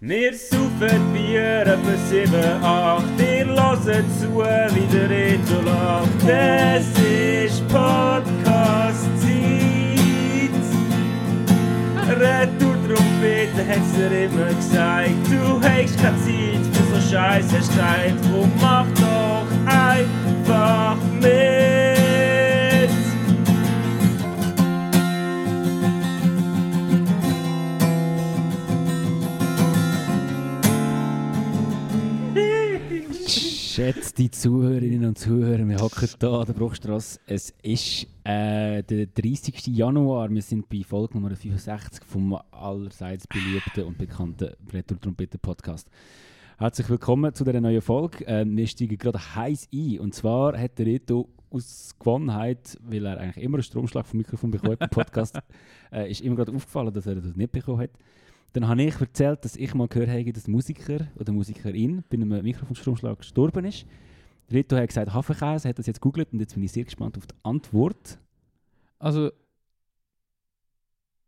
Wir saufen Bier etwa 7, 8. Ihr hört zu, wie der Reto lacht. Es ist Podcast-Zeit. Retour-Trompete hat's dir immer gesagt. Du hast keine Zeit für so Scheiß, hast gesagt. Und mach doch einfach mit. Geschätzte Zuhörerinnen und Zuhörer, wir hocken hier an der Bruchstrasse. Es ist äh, der 30. Januar. Wir sind bei Folge Nummer 65 vom allerseits beliebten und bekannten Retour-Trompeten-Podcast. Herzlich willkommen zu dieser neuen Folge. Äh, wir steigen gerade heiß ein. Und zwar hat der Reto aus Gewohnheit, weil er eigentlich immer einen Stromschlag vom Mikrofon bekommt im Podcast, äh, ist ihm gerade aufgefallen, dass er das nicht bekommen hat. Dann habe ich erzählt, dass ich mal gehört habe, dass ein Musiker oder Musikerin bei einem Mikrofonstromschlag gestorben ist. Rito hat gesagt Hafenkäse, hat das jetzt gegoogelt und jetzt bin ich sehr gespannt auf die Antwort. Also,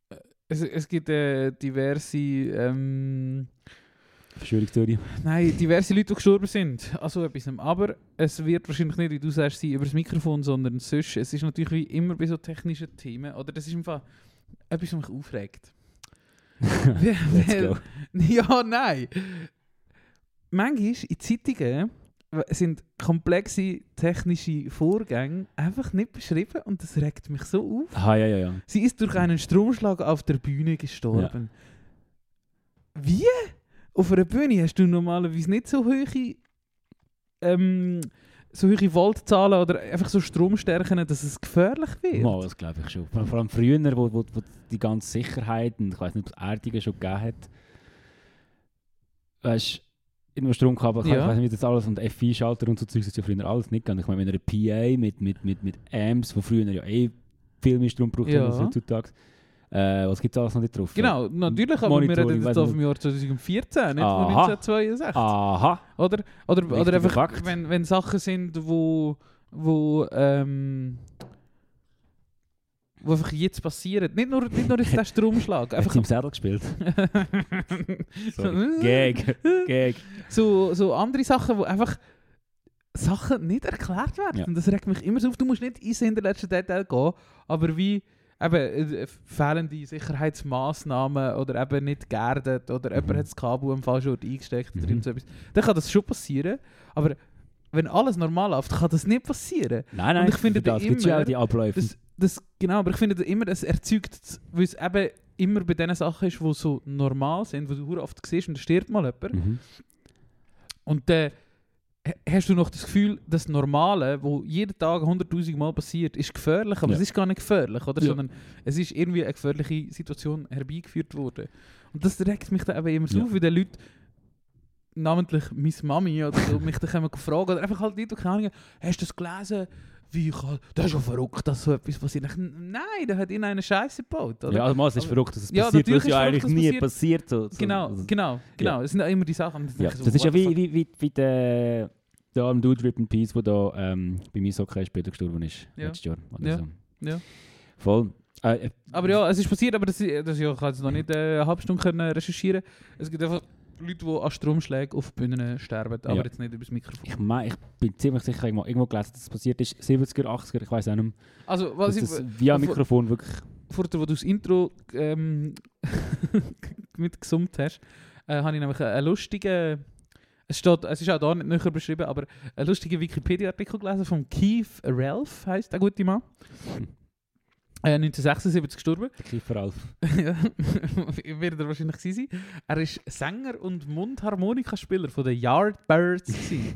äh, es, es gibt äh, diverse, ähm, Verschwörungstheorie. nein, diverse Leute, die gestorben sind. Also etwas. Aber es wird wahrscheinlich nicht, wie du sagst, sein, über das Mikrofon, sondern sonst. Es ist natürlich wie immer bei so technischen Themen. Oder das ist im Fall etwas, was mich aufregt. Let's go. Ja, nein. Manchmal in Zeitungen sind komplexe technische Vorgänge einfach nicht beschrieben und das regt mich so auf. Ah, ja, ja, ja. Sie ist durch einen Stromschlag auf der Bühne gestorben. Wie? Auf einer Bühne hast du normalerweise nicht so hohe, ähm, so hohe Voltzahlen oder einfach so Stromstärken, dass es gefährlich wird. Mal, das glaube ich schon. Vor vor allem früher, wo, wo, wo die ganze Sicherheit und ich weiß nicht, ob es Erdungen schon gegeben hat. Weißt du, in einem Stromkabel, Ja. ich weiß nicht, wie das alles und FI-Schalter und so Zeugs ist ja früher alles nicht gegangen. Ich meine, mit einer PA, mit, mit, mit, mit Amps, wo früher ja eh viel mehr Strom braucht Ja. als heutzutage. Äh, was gibt es alles noch nicht drauf? Genau, natürlich, aber wir Monitoring, reden weiss jetzt auf nicht. dem Jahr 2014, nicht von Aha. Ah. 1962. Aha! Oder, oder, oder Richtiger einfach, Fakt. wenn, wenn Sachen sind, wo, wo, ähm, wo einfach jetzt passieren. Nicht nur, nicht nur ist der Stromschlag, Einfach einfach im Sattel gespielt. Sorry. Gag, Gag. so, so andere Sachen, wo einfach Sachen nicht erklärt werden. Ja. Und das regt mich immer so auf. Du musst nicht ins hinterletzte Detail gehen, aber wie eben, äh, fehlende Sicherheitsmaßnahmen oder eben nicht geerdet oder jemand Mhm. hat das Kabel am falschen Ort eingesteckt oder Mhm. irgend so etwas. Dann kann das schon passieren, aber wenn eh, alles normal läuft, kann das nicht passieren. Nein, nein, Und ich finde für das die gibt's ja immer- auch die Abläufe. Das, das, genau, aber ich finde da immer, es erzeugt, weil es eben immer bei den Sachen ist, die so normal sind, wo du verdammt oft siehst und da stirbt mal jemand. Mhm. Und dann h- hast du noch das Gefühl, das Normale, wo jeden Tag 100.000 Mal passiert, ist gefährlich, aber Ja. es ist gar nicht gefährlich, oder? Ja. Sondern es ist irgendwie eine gefährliche Situation herbeigeführt worden. Und das regt mich dann eben immer so Ja. auf, wie die Leute, namentlich meine Mami oder so, mich dann kommen fragen oder einfach halt Leute, die keine Ahnung, hast du das gelesen? Wie kann, das ist ja verrückt, dass so etwas passiert. Ich, Nein, da hat ihnen eine Scheiße gebaut, oder? Ja, also, mal, es ist Aber- verrückt, dass es Ja, passiert, weil natürlich es ja ist eigentlich verrückt, dass nie passiert. so, so, Genau, also- genau, genau. Es sind auch immer die Sachen. die ich Ja, denke so, das ist ja what the wie, wie, wie, wie der, der arme Dude Rip in Peace, der da ähm, bei mir so kein später gestorben ist. Ja. Letztes Jahr. Oder Ja. So. Ja. Voll. Äh, äh, Aber ja, es ist passiert, aber das, das ja, ich habe jetzt noch nicht äh, eine halbe Stunde können recherchieren Es gibt einfach Leute, die an Stromschlägen auf Bühnen sterben, aber Ja. jetzt nicht über das Mikrofon. ich, mein, ich bin ziemlich sicher, ich habe mal irgendwo gelesen, dass es passiert ist. 70er, 80er, ich weiß auch nicht mehr. Also, was Dass ich, das via wo- Mikrofon wirklich. vorher, wo du das Intro ähm, mitgesummt hast, äh, habe ich nämlich einen lustigen, es, steht, es ist auch da nicht näher beschrieben, aber einen lustigen Wikipedia-Artikel gelesen von Keith Ralph, heisst der gute Mann. Hm. Äh, 1976 gestorben. Der Kiefer Alf. ja, wird er wahrscheinlich gewesen sein. Er ist Sänger und Mundharmonikaspieler von den Yardbirds. gewesen.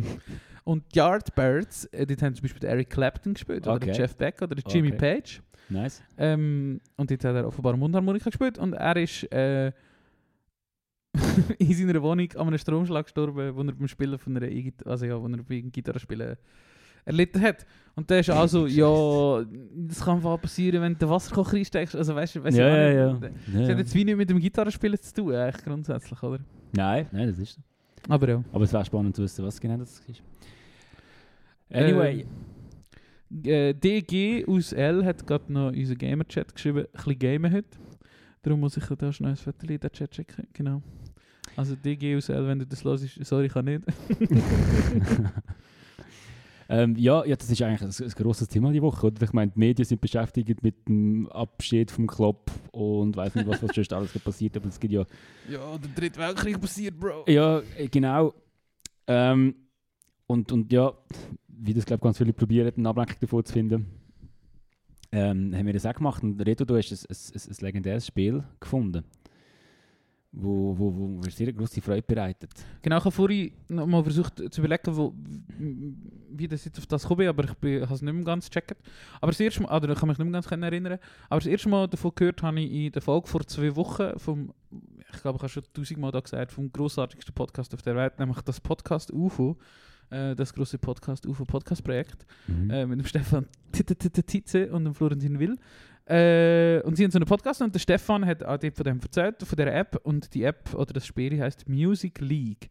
und die Yardbirds, äh, dort haben zum Beispiel den Eric Clapton gespielt, oder Okay. den Jeff Beck oder den Jimmy Okay. Page. Nice. Ähm, und dort hat er offenbar Mundharmonika gespielt und er ist äh, in seiner Wohnung an einem Stromschlag gestorben, wo er beim Spielen von einer E-Git- also ja, wo er beim Gitarrespielen erlitten hat. Und der ist also, ja, das kann voll passieren, wenn du den Wasserkocher einsteckst. Also weißt du, weiss ich ja, ja, auch ja. nicht. ja, Das hat ja. jetzt wie nicht mit dem Gitarrespielen zu tun, eigentlich grundsätzlich, oder? Nein, nein, das ist so. Aber ja. Aber es wäre spannend zu wissen, was genau das ist. Anyway, Äh, äh, DG aus L hat gerade noch in unseren Gamer-Chat geschrieben, ein bisschen gamen heute. Darum muss ich da schnell ein Foto in den Chat schicken, genau. Also DGUSL, wenn du das hörst, sorry, ich kann nicht. ähm, ja, ja, das ist eigentlich ein, ein grosses Thema die Woche. Oder? Ich meine, die Medien sind beschäftigt mit dem Abschied vom Klopp und weiß nicht, was, was sonst alles passiert. Aber es gibt ja Ja, der dritte Weltkrieg passiert, Bro. Ja, äh, genau. Ähm, und, und ja, wie das glaube ganz viele probieren, eine Ablenkung davon zu finden, ähm, haben wir das auch gemacht. Und Reto, du hast ein, ein, ein, ein legendäres Spiel gefunden, wo, wo, wo mir sehr große Freude bereitet. Genau, ich habe vorhin nochmal versucht zu überlegen, wo, wie das jetzt auf das gekommen ist, aber ich bin- habe es nicht mehr ganz gecheckt. Aber das erste Mal, oder ich kann mich nicht mehr ganz können erinnern, aber das erste Mal davon gehört habe ich in der Folge vor zwei Wochen vom, ich glaube, ich habe schon tausendmal da gesagt, vom grossartigsten Podcast auf der Welt, nämlich das Podcast UFO, äh, das große Podcast UFO Podcast Projekt. Mhm. äh, mit dem Stefan Titze und dem Florentin Will. Äh, und sie haben so einen Podcast und der Stefan hat auch dort von dem erzählt, von dieser App. Und die App oder das Spiel heißt Music League.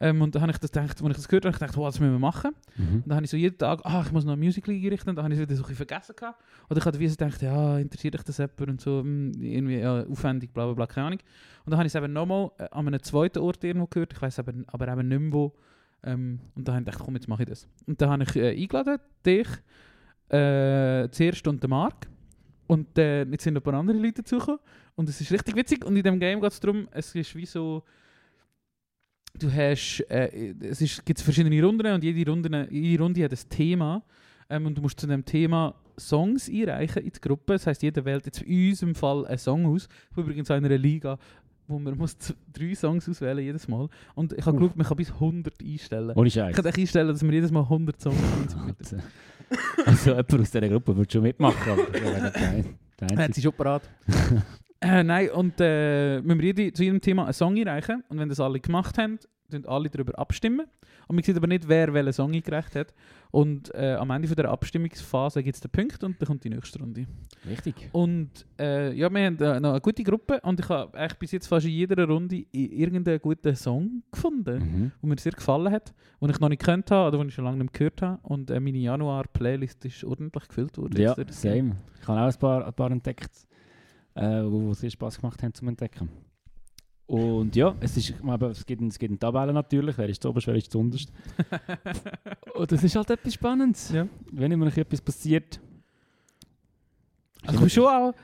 Ähm, und da habe ich das gedacht, als ich das gehört habe, habe ich gedacht, wow, das müssen wir machen. Mhm. Und dann habe ich so jeden Tag, ah, ich muss noch eine Music League einrichten. Und dann habe ich es wieder so ein bisschen vergessen gehabt. Oder ich hatte wie so gedacht, ja, interessiert dich das jemand und so, hm, irgendwie ja, aufwendig, bla bla bla, keine Ahnung. Und dann habe ich es eben nochmal äh, an einem zweiten Ort irgendwo gehört, ich weiß aber, aber eben nicht mehr wo. Ähm, und dann habe ich gedacht, komm, jetzt mache ich das. Und dann habe ich äh, eingeladen, dich, äh, zuerst und den Marc. Und äh, jetzt sind noch ein paar andere Leute dazugekommen. Und es ist richtig witzig. Und in dem Game geht es darum, es ist wie so... Du hast, äh, es ist, gibt verschiedene Runden und jede Runde, jede Runde hat ein Thema. Ähm, und du musst zu dem Thema Songs einreichen in die Gruppe. Das heisst, jeder wählt jetzt in unserem Fall einen Song aus. Ich bin übrigens auch in einer Liga, wo man muss z- drei Songs auswählen jedes Mal. Und ich habe Uff. Oh, geschaut, man kann bis 100 einstellen. Ohne Ich Scheiß. kann echt einstellen, dass man jedes Mal 100 Songs einspielt. Also jemand aus dieser Gruppe würde schon mitmachen. Aber ja, wäre geil. Der Äh, Jetzt Einzige. ist schon parat. äh, nein, und äh, müssen wir jede, zu jedem Thema einen Song einreichen. Und wenn das alle gemacht haben, dann alle darüber abstimmen. Und man sieht aber nicht, wer welchen Song eingereicht hat. Und äh, am Ende von der Abstimmungsphase gibt es den Punkt und dann kommt die nächste Runde. Richtig. Und äh, ja, wir haben äh, noch eine gute Gruppe und ich habe eigentlich bis jetzt fast in jeder Runde i- irgendeinen guten Song gefunden Mhm. wo mir sehr gefallen hat, den ich noch nicht gekannt habe oder den ich schon lange nicht mehr gehört habe. Und äh, meine Januar-Playlist ist ordentlich gefüllt worden. Ja, jetzt durch das Game. same. Ich habe auch ein paar, ein paar entdeckt, äh, wo, wo sehr Spass gemacht haben zum Entdecken. Und ja, es, ist, ich meine, es, gibt, es gibt eine Tabelle natürlich, wer ist zu oberst, wer ist zu unterst. Oh, Und das ist halt etwas Spannendes. Ja. Wenn immer noch etwas passiert. Also ich bin schon auch,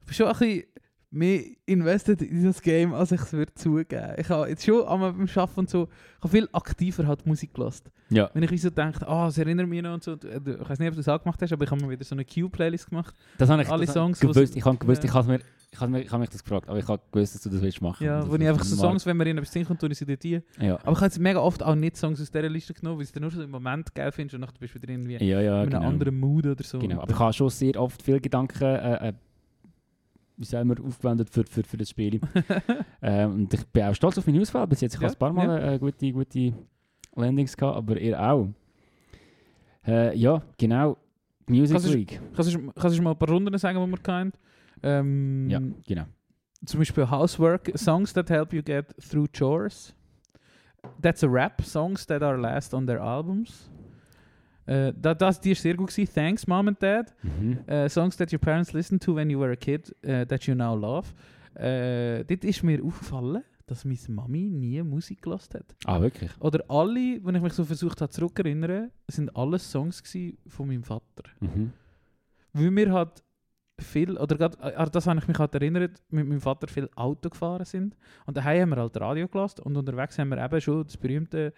ich bin schon ein bisschen mehr invested in dieses Game, als ich es würde zugeben. Ich habe jetzt schon einmal beim Arbeiten und so, ich habe viel aktiver halt Musik gelassen. Ja. Wenn ich wie so denke, ah, es erinnert mich noch und so. und, äh, Ich weiß nicht, ob du es auch gemacht hast, aber ich habe mir wieder so eine Q-Playlist gemacht. Das habe ich, Alle das habe ich Songs, die- gewusst. Ich habe gewusst, Ja. ich habe mir, ich habe mir, ich habe mich das gefragt, aber ich habe gewusst, dass du das willst machen. Ja, Das wo ich ist einfach so normal. Songs, wenn mir in etwas hinkommt, tue ich sie dort rein. Ja, Aber ich habe jetzt mega oft auch nicht Songs aus dieser Liste genommen, weil es dann nur so im Moment geil findest und nachher bist du wieder irgendwie ja, ja in einem genau. anderen Mood oder so. genau. Aber ich habe schon sehr oft viele Gedanken, äh, äh, wie sagen wir, aufgewendet für, für, für das Spiel. ähm, und ich bin auch stolz auf meine Auswahl. Bis jetzt ich Ja, habe ein paar Mal äh, gute, gute Landings gehabt, aber ihr auch. Äh, ja, genau. Music Kannst du- League. Kannst du, kannst du mal ein paar Runden sagen, die wir kennen? Ähm, Ja. Genau. Zum Beispiel Housework, Songs that help you get through chores. That's a rap, Songs that are last on their albums. Äh, da, das, die ist sehr gut gewesen. Thanks, Mom and Dad. Mhm. Äh, songs that your parents listened to when you were a kid, äh, that you now love. Äh, dit ist mir aufgefallen, dass meine Mami nie Musik gelassen hat. Ah, wirklich? Oder alle, wenn ich mich so versucht habe zurückerinnern, sind alles Songs gsi von meinem Vater. Mhm. Weil mir hat viel, oder grad, an das habe ich mich halt erinnert, mit meinem Vater viel Auto gefahren sind. Und daheim haben wir halt Radio gelassen und unterwegs haben wir eben schon das berühmte,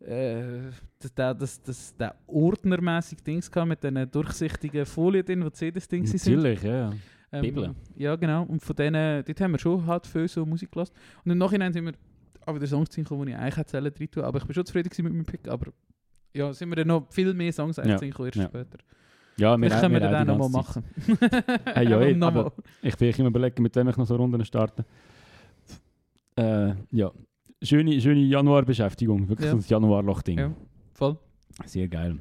äh, das, das, das, das, das ordnermäßige Dings gehabt mit diesen durchsichtigen Folien drin, wo die CDs Dings sind. Natürlich, ja. Ähm, Bibeln. Ja, genau. Und von denen, dort haben wir schon halt viel so Musik gelassen. Und im Nachhinein sind wir aber der Songs gekommen, die ich eigentlich hätte sollen rein tun Aber ich bin schon zufrieden gewesen mit meinem Pick. Aber ja, sind wir dann noch viel mehr Songs Ja, eigentlich reingekommen, erst ja. später. Ja, Vielleicht können wir auch den die auch nochmal ganze Zeit. machen. Hey, ja, Einfach ey, nochmal. aber- Ich will immer überlegen, mit wem ich noch so Runden starte. Äh, ja. Schöne, schöne Januarbeschäftigung. Wirklich Ja. so ein Januarloch-Ding. Ja. Voll. Sehr geil.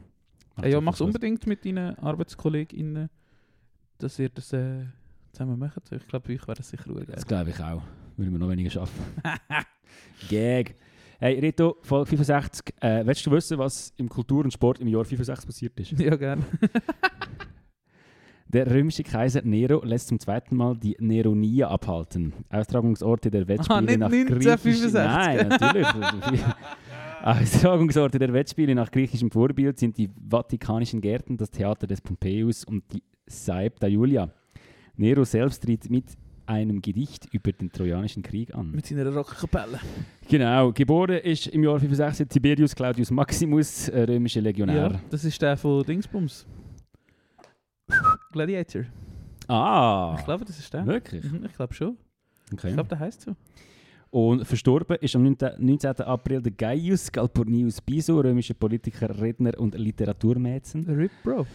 Hey, ja, mach's Spaß. unbedingt mit deinen ArbeitskollegInnen, dass ihr das äh, zusammen macht. Ich glaube, euch wäre das sicher auch geil. Das glaube ich auch. Würden wir noch weniger schaffen. Gag. Hey, Rito, Folge 65. Äh, willst du wissen, was im Kultur und Sport im Jahr 65 passiert ist? Ja, gerne. Der römische Kaiser Nero lässt zum zweiten Mal die Neronia abhalten. Austragungsorte der Wettspiele Ah, nicht nach griechischem... 1965. Nein, natürlich. Austragungsorte der Wettspiele nach griechischem Vorbild sind die Vatikanischen Gärten, das Theater des Pompeius und die Saebta Julia. Nero selbst tritt mit einem Gedicht über den Trojanischen Krieg an. Mit seiner Rockkapelle. Genau, geboren ist im Jahr 65 Tiberius Claudius Maximus, äh, römischer Legionär. Ja, das ist der von Dingsbums. Gladiator. Ah, Ich glaube, das ist der. wirklich? Mhm, Ich glaube schon. Ich Okay. glaube, der heißt so. Und verstorben ist am 19. 19. April der Gaius Calpurnius Piso, römischer Politiker, Redner und Literaturmäzen. Rip Bro.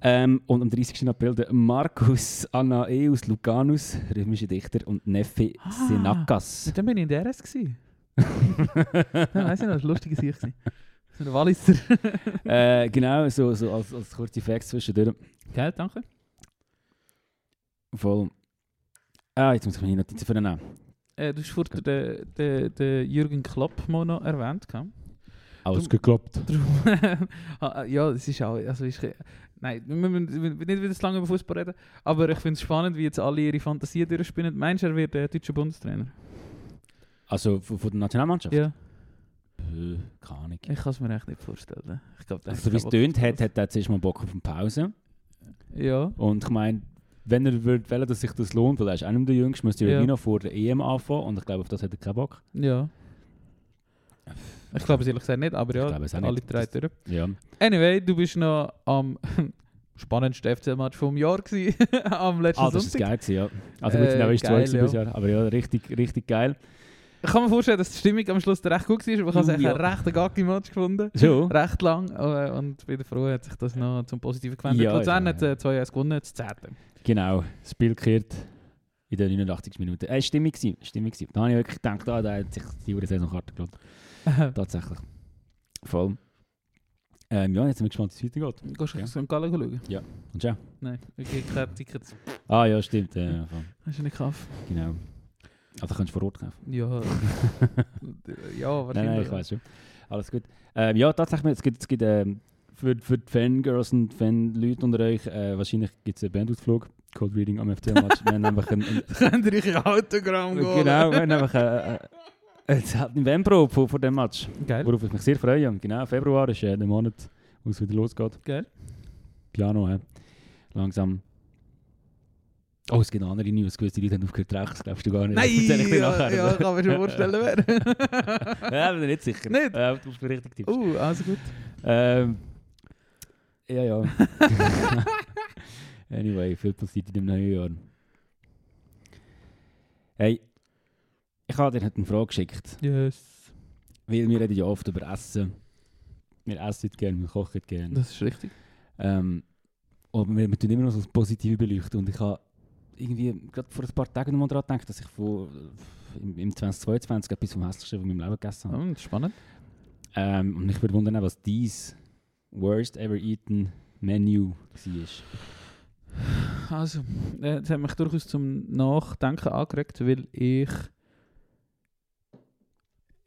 Ähm, und am 30. April der Marcus Annaeus Lucanus, römischer Dichter und Neffe Ah. Senacas. Dann bin ich in der RS. gewesen. Dann weiss ich noch, das war ein lustiges Ich. gewesen. So ein Walliser. äh, genau, so, so als, als kurze Facts zwischendurch. Gell, danke. Voll. Ah, jetzt muss ich meine Notizen vornehmen. Äh, du hast vorhin den, den, den Jürgen Klopp mal noch erwähnt. gell? Also, Ausgeklappt. Darum- Ah, ja, das ist auch. Also ist, nein, wir müssen wir müssen nicht wieder zu lange über Fußball reden. Aber ich finde es spannend, wie jetzt alle ihre Fantasie durchspinnen. Meinst du, er wird äh, deutscher Bundestrainer? Also von, von der Nationalmannschaft? Ja. Puh, keine Ahnung. Ich kann es mir echt nicht vorstellen. Ich glaub, der Also, wie es keinen tönt, Bock hat, hat er zuerst mal Bock auf eine Pause. Ja. Und ich meine, wenn er würde wählen, dass sich das lohnt, weil er ist auch nicht der Jüngste, müsste ja Ja. noch vor der EM anfangen und ich glaube, auf das hat er keinen Bock. Ja. Ich glaube es ehrlich gesagt nicht, aber Ich ja, glaube es auch alle nicht. drei Das- durch. Ja. Anyway, nou, du bist noch am spannendsten FC-Match vom Jahr gewesen, am letzten Ah, das ist Sonntag. geil gewesen, ja. Also, gut, Äh, genau, ist geil, zwei ja. gewesen Jahr, aber ja, richtig, richtig geil. Ich kann mir vorstellen, dass die Stimmung am Schluss recht gut war, aber ich habe es Uh, echt ja. einen recht gacki Match gefunden. So? Recht lang äh, und bin froh, hat sich das noch zum Positiven gewendet. Ja, Luzern ja, hat ja. äh, 2-1 gewonnen, das 10. Genau, das Spiel kehrt in der 89. Minute. Äh, Stimmig war, Stimmig war. Da habe ich wirklich gedacht, ah, da hat sich die Uhr Saisonkarte gelohnt. Tatsächlich. Voll. Ähm, ja, jetzt sind wir gespannt, wie es weitergeht. Gehst du Ja. ja. St. Gallen schauen? Und ja. Nein, okay, keine Tickets. Ah ja, stimmt. Äh, voll. Hast du nicht gekauft? Genau. Also kannst du vor Ort kaufen. Ja. ja, wahrscheinlich. Nein, nein, ich weiß schon. Alles gut. Ähm, ja, tatsächlich, es gibt, es gibt ähm, für, für die Fangirls und Fanleute unter euch, äh, wahrscheinlich gibt es einen Bandausflug. Cold Reading am FCM-Match. wir haben einfach ein, ein, Könnt ihr euch ein Autogramm holen? genau, wir haben einfach ein, ein, ein Wempro vor, vor dem Match, Geil. worauf ich mich sehr freue. Genau, Februar ist äh, der Monat, wo es wieder losgeht. Geil. Piano, hä? langsam. Oh, es gibt noch andere News. Gewisse Leute haben aufgehört zu rauchen, das glaubst du gar nicht. Nein, Das erzähl ich dir ja, nachher. eh, ja, kann mir schon vorstellen, wer. Ja, bin ich nicht sicher. Nicht? Ja, du bist mir richtig tippst. uh, also gut. Ähm, ja, ja. anyway, viel passiert in dem neuen Jahr. Hey, ich habe dir heute eine Frage geschickt, Yes. weil wir reden ja oft über Essen. Wir essen gerne, wir kochen gerne. Das ist richtig. Ähm, aber wir, wir tun immer noch so das Positive beleuchten. Und ich habe irgendwie gerade vor ein paar Tagen nochmal daran gedacht, dass ich vor, im, im 2022 etwas vom Hässlichsten von meinem Leben gegessen habe. Hm, spannend. Ähm, und ich würde wundern, was dies Worst Ever Eaten Menu war. Also, äh, das hat mich durchaus zum Nachdenken angeregt, weil ich.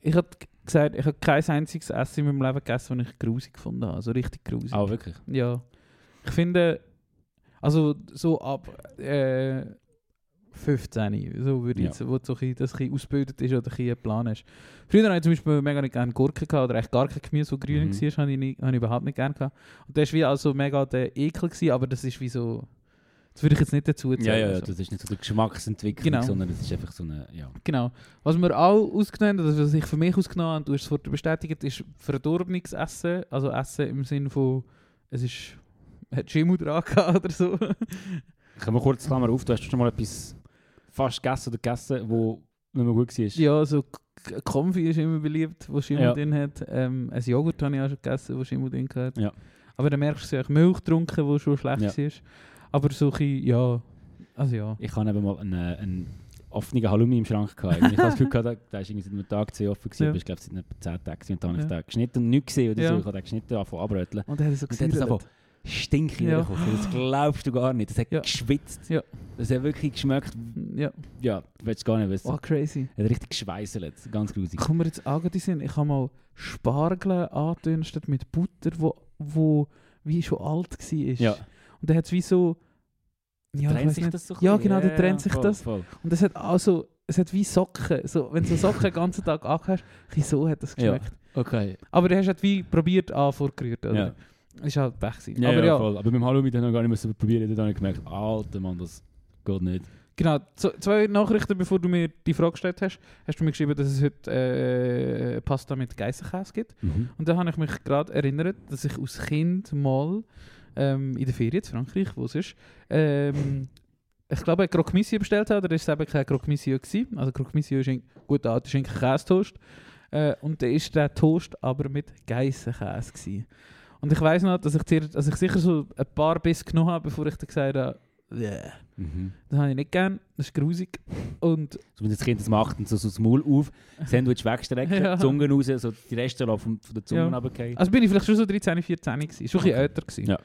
Ich habe gesagt, ich habe kein einziges Essen in meinem Leben gegessen, das ich grusig gefunden habe. Also richtig grusig. Ah, wirklich? Ja. Ich finde, also so ab äh, 15, so würde ich Ja. jetzt, wo du so ein bisschen- das ein bisschen ausgebildet ist oder ein bisschen einen Plan hast. Früher habe ich zum Beispiel mega nicht gerne Gurken gehabt oder echt gar kein Gemüse, so grün Mhm. war, habe ich, nicht- habe ich überhaupt nicht gerne gehabt. Und das war wie also mega der Ekel, gewesen, aber das ist wie so, das würde ich jetzt nicht dazu zählen. Ja, ja, ja, also. das ist nicht so eine Geschmacksentwicklung, Genau. sondern es ist einfach so eine, ja. Genau. Was wir auch ausgenommen haben, also was ich für mich ausgenommen habe, und du hast es vorher bestätigt, ist verdorbenes Essen. Also Essen im Sinne von, es ist, hat Schimmel dran gehabt oder so. Ich habe mal kurz Klammer auf, du hast schon mal etwas fast gegessen oder gegessen, wo nicht mehr gut war. Ja, so K- Konfi ist immer beliebt, wo Schimmel Ja. drin hat. Ähm, ein Joghurt habe ich auch schon gegessen, wo Schimmel drin hat. Ja. Aber dann merkst du, dass ich Milch getrunken wo schon schlecht Ja. ist. Aber so ein bisschen, ja, also ja. Ich habe eben mal einen, äh, einen offenen Halloumi im Schrank gehabt. Ich habe das Gefühl gehabt, der- der war irgendwie seit einem Tag zehn offen, gewesen, Ja. aber ich glaube seit etwa 10 Tagen. gewesen. Und dann habe ich Ja. den geschnitten und nichts gesehen oder Ja. so. Ich habe den geschnitten angefangen abröteln. Und dann hat er so Und dann hat es gesäuert. einfach stinkend Ja. ja. Das glaubst du gar nicht. Das hat Ja. geschwitzt. Ja. Das hat wirklich geschmeckt Ja, Ja, du willst gar nicht wissen. oh crazy. Er hat richtig geschweißelt, ganz grusig. Kommen wir jetzt auch gerade in den Sinn. Ich habe mal Spargel angedünstet mit Butter, wo, wo wie schon alt war. Ja, Und dann hat es wie so Ja, ich trennt weiss sich nicht. das so ein Ja, bisschen? genau, da trennt sich voll, das. Voll. Und es hat also, es hat wie Socken. So, wenn du so Socken den ganzen Tag angehst, so hat das Ja. geschmeckt. Okay. Aber du hast halt wie probiert an vorgerührt, oder? Ja. Ist halt Pech gewesen. Ja, Aber aber ja, ja, voll. Aber mit dem Halloumi dann noch gar nicht müssen probieren. Dann habe ich gemerkt, alter Mann, das geht nicht. genau. Z zwei Nachrichten, bevor du mir die Frage gestellt hast, hast du mir geschrieben, dass es heute äh, Pasta mit Geissenkäse gibt. Mhm. Und da habe ich mich gerade erinnert, dass ich als Kind mal ähm, in der Ferien in Frankreich, wo es ist, ähm, ich glaube, eine Croque-Monsieur bestellt habe, oder ist es eben keine Croque-Monsieur gewesen. Also Croque-Monsieur ist ein guter alter Schinken-Käse-Toast. Äh, und da ist der Toast aber mit Geissenkäse gewesen. Und ich weiß noch, dass ich, zuerst- dass ich sicher so ein paar Biss genommen habe, bevor ich dann gesagt habe, «Bleh, Mhm. das habe ich nicht gern, das ist grusig. Und So, wenn das Kind das macht, dann so, so das Maul auf, Sandwich wegstrecken, Ja. Zunge raus, so die Reste lassen von, von der Zunge Ja. runterfallen. Also bin ich vielleicht schon so 13, 14 gewesen. Schon ein bisschen Okay. älter gewesen. Ja.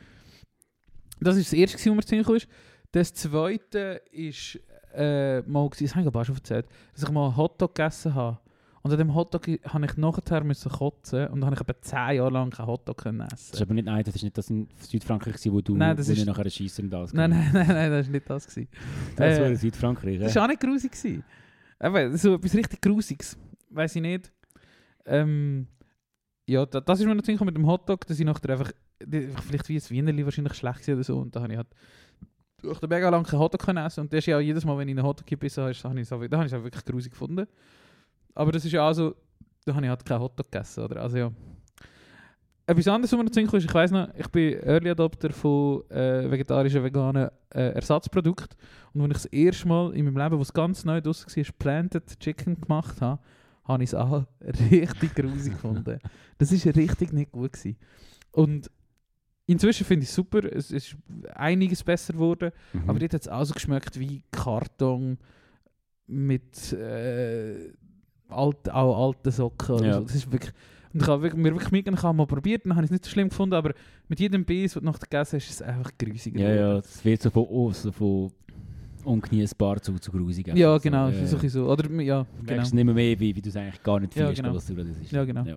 Das war das erste, gewesen, was mir zu Sinn kam. Das zweite ist äh, mal, gewesen, das habe ich glaube ich auch schon erzählt, dass ich mal einen Hotdog gegessen habe. Und an dem Hotdog habe ich nachher müssen kotzen und dann habe ich etwa 10 Jahre lang keinen Hotdog können Das ist essen. aber nicht, nein, das ist nicht das in Südfrankreich, gewesen, wo du Nein, das wo ist- wir nachher schiessen und alles Nein, gemacht nein, nein, nein, das war nicht das. Gewesen. haben. Das war äh, in Südfrankreich. Das ja. war auch nicht grusig. gewesen. Eben, so etwas richtig Grusiges. Weiß ich nicht. Ähm, ja, da, das ist mir natürlich mit dem Hotdog, dass ich nachher einfach, die- vielleicht wie ein Wienerli wahrscheinlich schlecht war oder so, und da habe ich halt durch den mega langen Hotdog können essen und das ist ja auch jedes Mal, wenn ich einen Hotdog gebissen habe, ist- habe ich es auch, da habe ich es auch wirklich grusig gefunden. Aber das ist ja auch so, da habe ich halt keinen Hotdog gegessen, oder? Also ja. Etwas anderes, was mir noch in den Sinn kam, ist, ich weiss noch, ich bin Early Adopter von äh, vegetarischen, veganen äh, Ersatzprodukten. Und als ich das erste Mal in meinem Leben, was ganz neu draussen war, Planted Chicken gemacht habe, habe ich es auch richtig grusig gefunden. Das war richtig nicht gut. Gewesen. Und inzwischen finde ich es super. Es ist einiges besser geworden. Mhm. Aber dort hat es auch so geschmeckt wie Karton mit äh, alt, auch alten Socken. Oder Ja. so. Das ist wirklich... Und ich habe wirklich, mir wirklich mitgenommen, ich habe mal probiert, dann habe ich es nicht so schlimm gefunden, aber mit jedem Biss, den du noch gegessen hast, ist es einfach grusiger Ja, geworden. ja, das wird so von, oh, so von ungenießbar zu, zu grusig. einfach Ja, genau, So, so, äh, so, ein bisschen so. Oder, ja, Du genau. merkst nicht mehr, mehr wie, wie du es eigentlich gar nicht Ja, findest, genau. was du das ist. Ja, genau. Ja.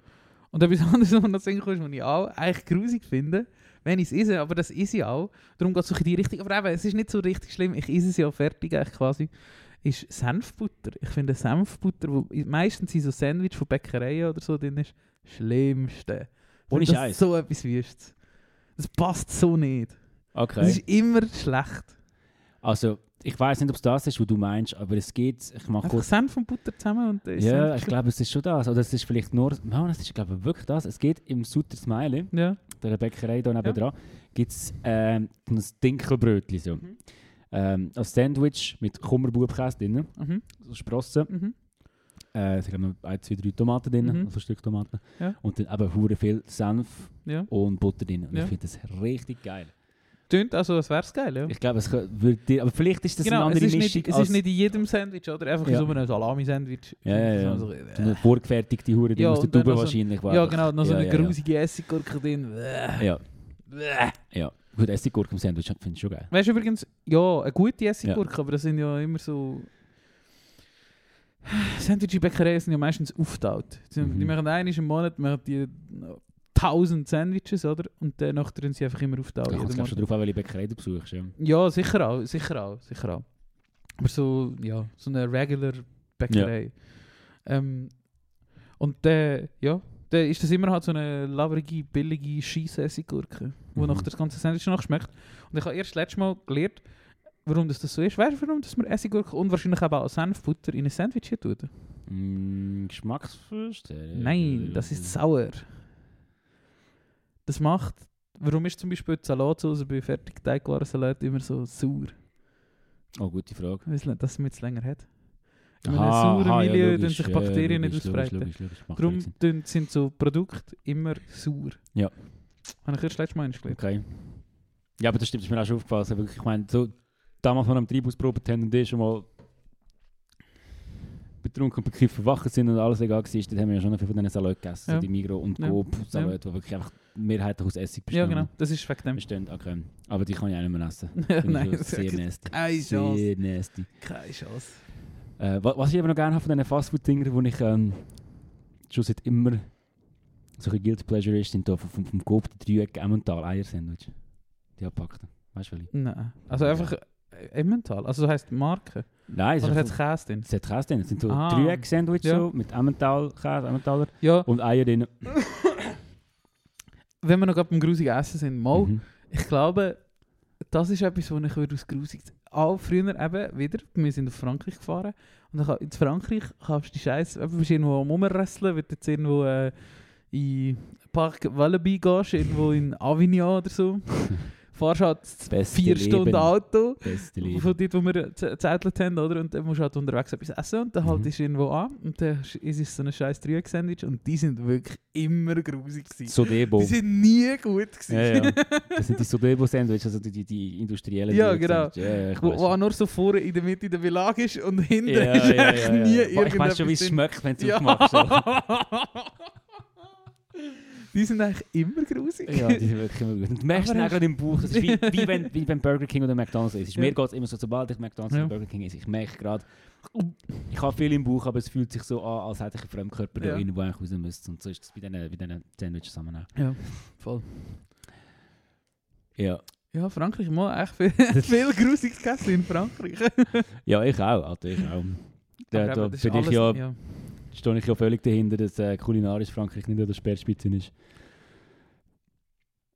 Und etwas anderes, was mir noch sehen ist, was ich auch eigentlich grusig finde, wenn ich es esse, aber das ist ich auch. Darum geht es in die Richtung. Aber eben, es ist nicht so richtig schlimm, ich esse es ja fertig eigentlich quasi, ist Senfbutter. Ich finde Senfbutter, wo i- meistens in so Sandwich von Bäckereien oder so drin ist, schlimmste. Ich Ohne finde das Scheiß. so etwas Wüstes. Das passt so nicht. Das Okay. ist immer schlecht. Also, ich weiß nicht, ob es das ist, was du meinst, aber es geht. Ich mache Einfach kurz. Senf und Butter zusammen und dann ist Ja, Senf- ich glaube, es ist schon das. Oder es ist vielleicht nur. Nein, es ist, glaube ich, wirklich das. Es geht im Sutter Smiley, Ja. der Bäckerei hier nebenan, gibt es ähm, so ein Dinkelbrötchen. So. Mhm. Ähm, ein Sandwich mit Kummerbubkäse drin, Mhm. so Sprossen. Mhm. Äh, es haben noch ein, zwei, drei Tomaten drin, Mhm. also ein Stück Tomaten. Ja. Und dann eben hure viel Senf Ja. und Butter drin. Und Ja. ich finde das richtig geil. Tönt also, als wäre es geil, ja. Genau, Ich glaube, es kö- würde dir... Aber vielleicht ist das eine andere es ist Mischung Nicht, es als ist nicht in jedem Sandwich, oder? Einfach in Ja. so einem Salami-Sandwich. Ja, ja, ja. So, äh, so eine vorgefertigte Hure, die Ja, aus der und dann Tube noch so- wahrscheinlich ja, genau. Noch so Ja, eine ja, ja. grusige Essiggurke drin. Bäh. Ja, Bäh. ja. Gut, Essiggurke im Sandwich finde ich schon geil. Weißt du übrigens, ja, eine gute Essiggurke, aber das sind ja immer so. Sandwich in Bäckereien sind ja meistens auftaut. Die, Mhm. die machen einen im Monat machen die tausend Sandwiches, oder? Und danach drin sie einfach immer auftaut. Da jeden kommt es Morgen. schon drauf an, welche Bäckerei du besuchst. Ja. Ja, sicher auch, sicher auch, sicher auch. Aber so, ja, so eine regular Bäckerei. Ähm, und äh, ja, dann ist das immer halt so eine labrige, billige Scheissessigurke, wo Mhm. nach das ganze Sandwich noch schmeckt. Und ich habe erst letztes Mal gelernt, warum das, das so ist. Weißt du, warum dass man Essigurke und wahrscheinlich eben auch Senfbutter in ein Sandwich hier tut? Mm, Geschmacksfürst? Äh, Nein, das ist sauer. Das macht. Warum ist zum Beispiel die Salatsauce bei Fertigteigwarensalat immer so sauer? Oh, gute Frage. Weil es- dass man es länger hat. In einem Aha, sauren aha, ja, Milieu logisch, tun sich ja, Bakterien nicht logisch, ausbreiten. Logisch, logisch, logisch. Macht Darum Sinn. tun- sind so Produkte immer sauer. Ja. Habe ich erst letztes Mal einmal gelernt. Okay. Ja, aber das stimmt, das ist mir auch schon aufgefallen. Also Wirklich, ich meine, so, damals, als wir am Treibhaus probiert haben und ich schon mal betrunken und bekifft verwachen sind und alles egal war, dann haben wir ja schon noch viel von diesen Salaten gegessen. Ja. So die Migro und Ja. Coop Salaten, die wirklich einfach mehrheitlich aus Essig Ja, bestehen. genau. Das ist wegen dem. Bestehen, okay. Aber die kann ich auch nicht mehr essen. Ja, Finde Nein, ich schon das sehr ist nasty. keine Chance. Sehr nasty. Keine Chance. Äh, wa- was ich eben noch gerne habe von diesen Fastfood-Dingern, die ich ähm, schon seit immer so ein Guilty Pleasure ist, sind da vom, vom, vom Coop die Dreieck Emmental Eier-Sandwich. Die abpackten. Weißt du welche? Nein. Also einfach Äh, Emmental? Also das heisst Marke? Nein, es Oder hat ist es Käse drin? es hat Käse drin. Es sind so Ah. Dreieck-Sandwich Ja. so, mit Emmental-Käse, Emmentaler Ja, und Eier drin. wenn wir noch gerade beim grusigen Essen sind, mal, Mhm. ich glaube, das ist etwas, was ich würde aus grusig... Auch früher eben wieder, wir sind auf Frankreich gefahren und dann, in Frankreich kannst du die Scheiße, eben bist du irgendwo am Rumrasseln, wenn du jetzt irgendwo äh, in Park Wallaby gehst, irgendwo in Avignon oder so, fahrst halt Beste vier Stunden Leben. Auto Beste Von Liebe. dort, wo wir z- gezettelt haben, oder? Und dann musst du halt unterwegs etwas essen und dann Mhm. halt ist irgendwo an und dann ist ist es so ein scheiß Dreieck-Sandwich und die sind wirklich immer grusig gewesen. Sodebo. Die sind nie gut gewesen. Ja, ja. Das sind die Sodebo-Sandwiches, also die, die, die industriellen Ja, Dreieck-Sandwiches. Ja, ich Wo, weiss wo auch schon. nur so vorne in der Mitte der Belag ist und hinten Ja, ist ja, echt ja, nie ja. Boah, irgendetwas Ich weiß schon, wie es drin. schmeckt, wenn du es Ja. aufmachst. so. Die sind eigentlich immer grusig. Ja, die sind wirklich immer gut. Und Du merkst es Aber auch es- gerade im Bauch. Das ist wie, wie, wenn, wie wenn Burger King oder McDonalds ist. Ja. Mir geht es immer so, sobald ich McDonalds Ja. oder Burger King esse, ich merke gerade, ich habe viel im Bauch, aber es fühlt sich so an, als hätte ich einen Fremdkörper Ja. da irgendwo eigentlich raus müssen. Und so ist es bei diesen, bei diesen Sandwiches zusammen auch. ja, voll. Ja. Ja, Frankreich mal echt viel, viel grusiges Kessel in Frankreich. ja, ich auch. Alter, ich auch. Da, Aber da eben, das ist bin ich alles- ja, stehe ich ja völlig dahinter, dass äh, kulinarisch Frankreich nicht an der Speerspitze ist.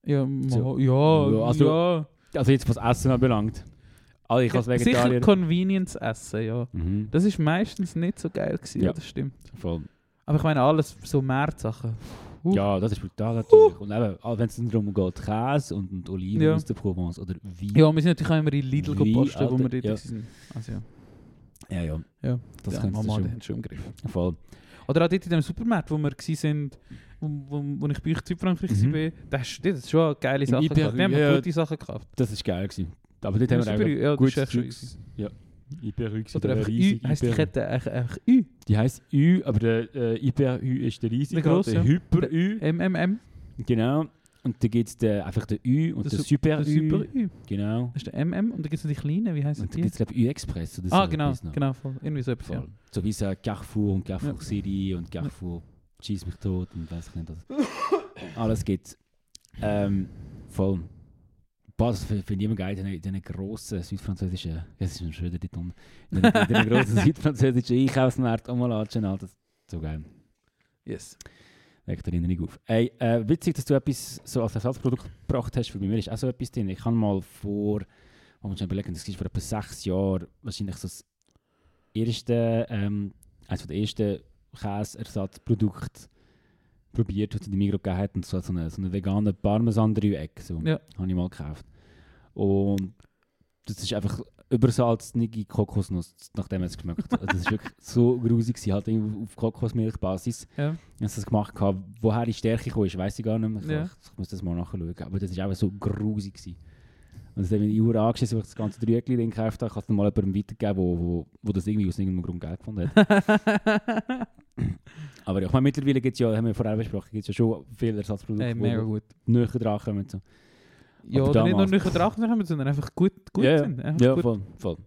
Ja, ma- So. ja, Ja, also- ja. Also jetzt, was Essen anbelangt. Also ich als Vegetarier... Sicher Convenience essen, ja. Mhm, Das ist meistens nicht so geil gewesen, ja. Ja. das stimmt. voll. Aber ich meine alles so Märzsachen. Uff. Ja, das ist brutal natürlich. Und eben, auch wenn es dann darum geht, Käse und, und Oliven Ja. aus der Provence oder Wein. Ja, wir sind natürlich auch immer in Lidl Wie, gepostet, wo Alter, wir dort ja. ja. sind. Also ja, ja. ja. Ja. Das ja, könnte Mama, schon. die haben schon im Griff. Voll. Oder auch dort in dem Supermarkt, wo wir gsi sind, wo, wo, wo ich bei euch in Südfrankreich Mhm. war, da hast du dort hast du schon geile Im Sachen IPH, gehabt. Die haben ja. gute Sachen gekauft. Das war geil. Gewesen. Aber dort Ja, haben wir Super U, einfach ja, das gutes ist echt schon Zeug easy. gewesen. Ja. IPRU war Oder der einfach Ü, riesige heisst die IPRU. Kette eigentlich einfach Ü? Die heisst Ü, aber der äh, IPRU ist der riesige, Der grosse, der ja. Hyper-Ü. MMM, Genau. Und dann gibt es einfach den Ü und Der den Sup- der Super-Ü. Super-Ü. Genau. Das ist der MM und dann gibt es noch die kleinen, wie heißen Und dann die? gibt es, glaube ich, Ü-Express. oder Ah, so genau, etwas noch. genau, voll. Irgendwie so etwas, ja. Voll. So wie es äh, Carrefour und Carrefour Ja. City und Carrefour Schieß mich tot und weiß ich nicht was. Alles gibt ähm, Voll. Boah, das finde ich immer geil, in diesen grossen südfranzösischen, das ist schon wieder dort unten, in diesen grossen südfranzösischen Einkaufsmärkten rumlatschen, Alter. So geil. Yes. Weckt der Erinnerung auf. Ey, äh, witzig, dass du etwas so als Ersatzprodukt gebracht hast, weil bei mir ist auch so etwas drin. Ich habe mal vor, man muss schon überlegen, das war vor etwa sechs Jahren wahrscheinlich so das erste, ähm, eines der ersten Käseersatzprodukte probiert, was es in die Migros gegeben hat. Und so, so einen so eine veganen Parmesan-Dreieck. So, Ja. Habe ich mal gekauft. Und das ist einfach übersalzige Kokosnuss, nachdem es geschmeckt hat. Also Das war wirklich so grusig, gewesen, halt irgendwie auf Kokosmilchbasis. Ja. Ich habe das gemacht, gehabt. woher die Stärke kam, weiß ich gar nicht mehr. Ich, Ja. ich, muss das mal nachschauen. Aber das war einfach so grusig. Gewesen. Und dann bin ich Uhr angeschissen, weil ich das ganze Dreieckchen drin gekauft habe. Ich habe es dann mal jemandem weitergegeben, wo, wo, wo das irgendwie aus irgendeinem Grund geil gefunden hat. Aber Ah, ja, ich meine, mittlerweile gibt es ja, haben wir vorher besprochen, gibt es ja schon viele Ersatzprodukte, Ey, die mega gut. näher dran kommen. und So. Ja, Aber oder nicht nur damals- nicht Drachen haben, sondern einfach gut, gut ja, ja. sind. Einfach Ja, gut. voll, voll.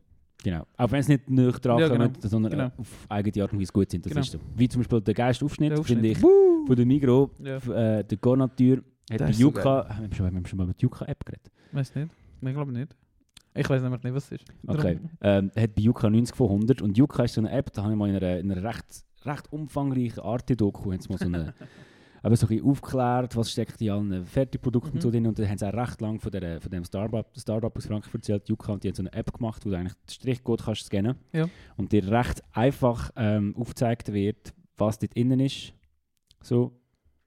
Genau. Auch wenn es nicht näher dran Ja, kommen, genau. sondern Genau. äh, auf eigene Art und Weise gut sind. Das Genau. ist so. Wie zum Beispiel der Geistaufschnitt, Der finde ich, Aufschnitt. von der Migros, Ja, f- äh, der Gornatur, hat Der bei ist so Yuka, haben wir Ah, schon, haben wir schon mal mit Yuka-App geredet? weiß nicht. Ich glaube nicht. Ich weiß nämlich nicht, was es ist. Okay. Darum- Ähm, hat bei Yuka 90 von 100 und Yuka ist so eine App, da habe ich mal in einer, in einer recht, recht umfangreichen Arte-Doku haben sie mal so eine aber so ein bisschen aufgeklärt, was steckt in allen Fertigprodukten Mhm. so drin und dann haben sie auch recht lange von, der, von dem Startup, Startup aus Frankfurt erzählt, Yuka, und die haben so eine App gemacht, wo du eigentlich den Strichcode kannst scannen Ja. und dir recht einfach ähm, aufgezeigt wird, was dort innen ist. So.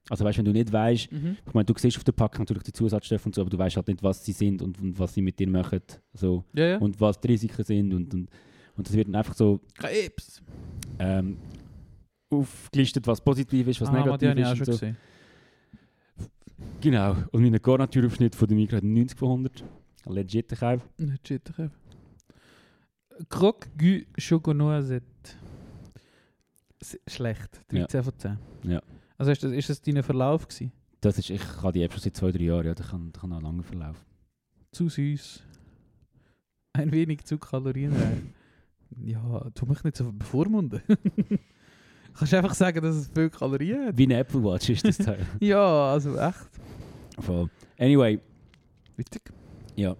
Also weißt, wenn du nicht weißt, Mhm. ich meine, du siehst auf der Packung natürlich die Zusatzstoffe und so, aber du weißt halt nicht, was sie sind und, und was sie mit dir machen. So Ja, ja. und was die Risiken sind und, und, und das wird dann einfach so Krebs. ähm, aufgelistet, was positiv ist, was ah, aber die negativ habe ich auch ist schon und so. gesehen. Genau, und mein Garnituraufschnitt von der Migros hat 90 von 100. Legit, ich habe. Nicht shit, ich habe. Croque Gu Choconoisette. S- Schlecht. 13 von 10. Ja. Also ist das, ist das dein Verlauf gewesen? Das ist, ich habe die App schon seit zwei, drei Jahren, ja, da kann, da kann noch einen langen Verlauf. Zu süß. Ein wenig zu kalorienreich. ja, tu mich nicht so bevormunden. Kannst einfach sagen, dass es viel Kalorien hat? Wie eine Apple Watch ist das Teil. Ja, also echt. Voll. Anyway, Witzig. Ja.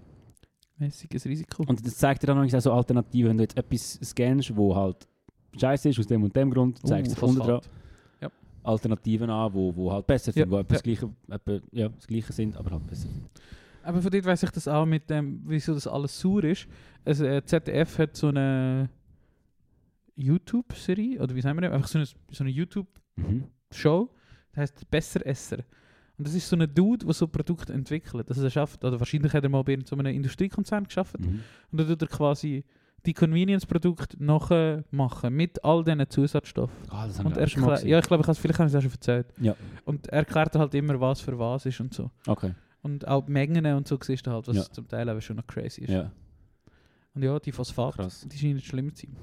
mäßiges Risiko. Und das zeigt dir dann manchmal auch so Alternativen, wenn du jetzt etwas scannst, wo halt scheiße ist, aus dem und dem Grund, zeigst du Oh, unten dran Phosphat. Alternativen an, wo, wo halt besser Ja, sind, wo etwas das Gleiche, etwa, ja, das Gleiche sind, aber halt besser. Aber von dort weiss ich das auch mit dem, wieso das alles sauer ist. Also, äh, ZDF hat so eine YouTube-Serie, oder wie sagen wir das? Einfach so eine, so eine YouTube-Show, Mhm. das heißt Besseresser. Und das ist so ein Dude, der so Produkte entwickelt. Also er schafft, oder wahrscheinlich hat er mal bei so einem Industriekonzern geschafft. Mhm. Und dann tut er quasi die Convenience-Produkte nachher machen, mit all diesen Zusatzstoffen. Ah, das haben Und wir auch schon mal erklär, gesehen. ja, ich glaube, ich habe es vielleicht habe ich es auch schon erzählt. Ja. Und er erklärt halt immer, was für was ist und so. Okay, Und auch die Mengen und so siehst du halt, was Ja. zum Teil eben schon noch crazy ist. ja, Und ja, die Phosphat, krass. die scheinen schlimm zu sein.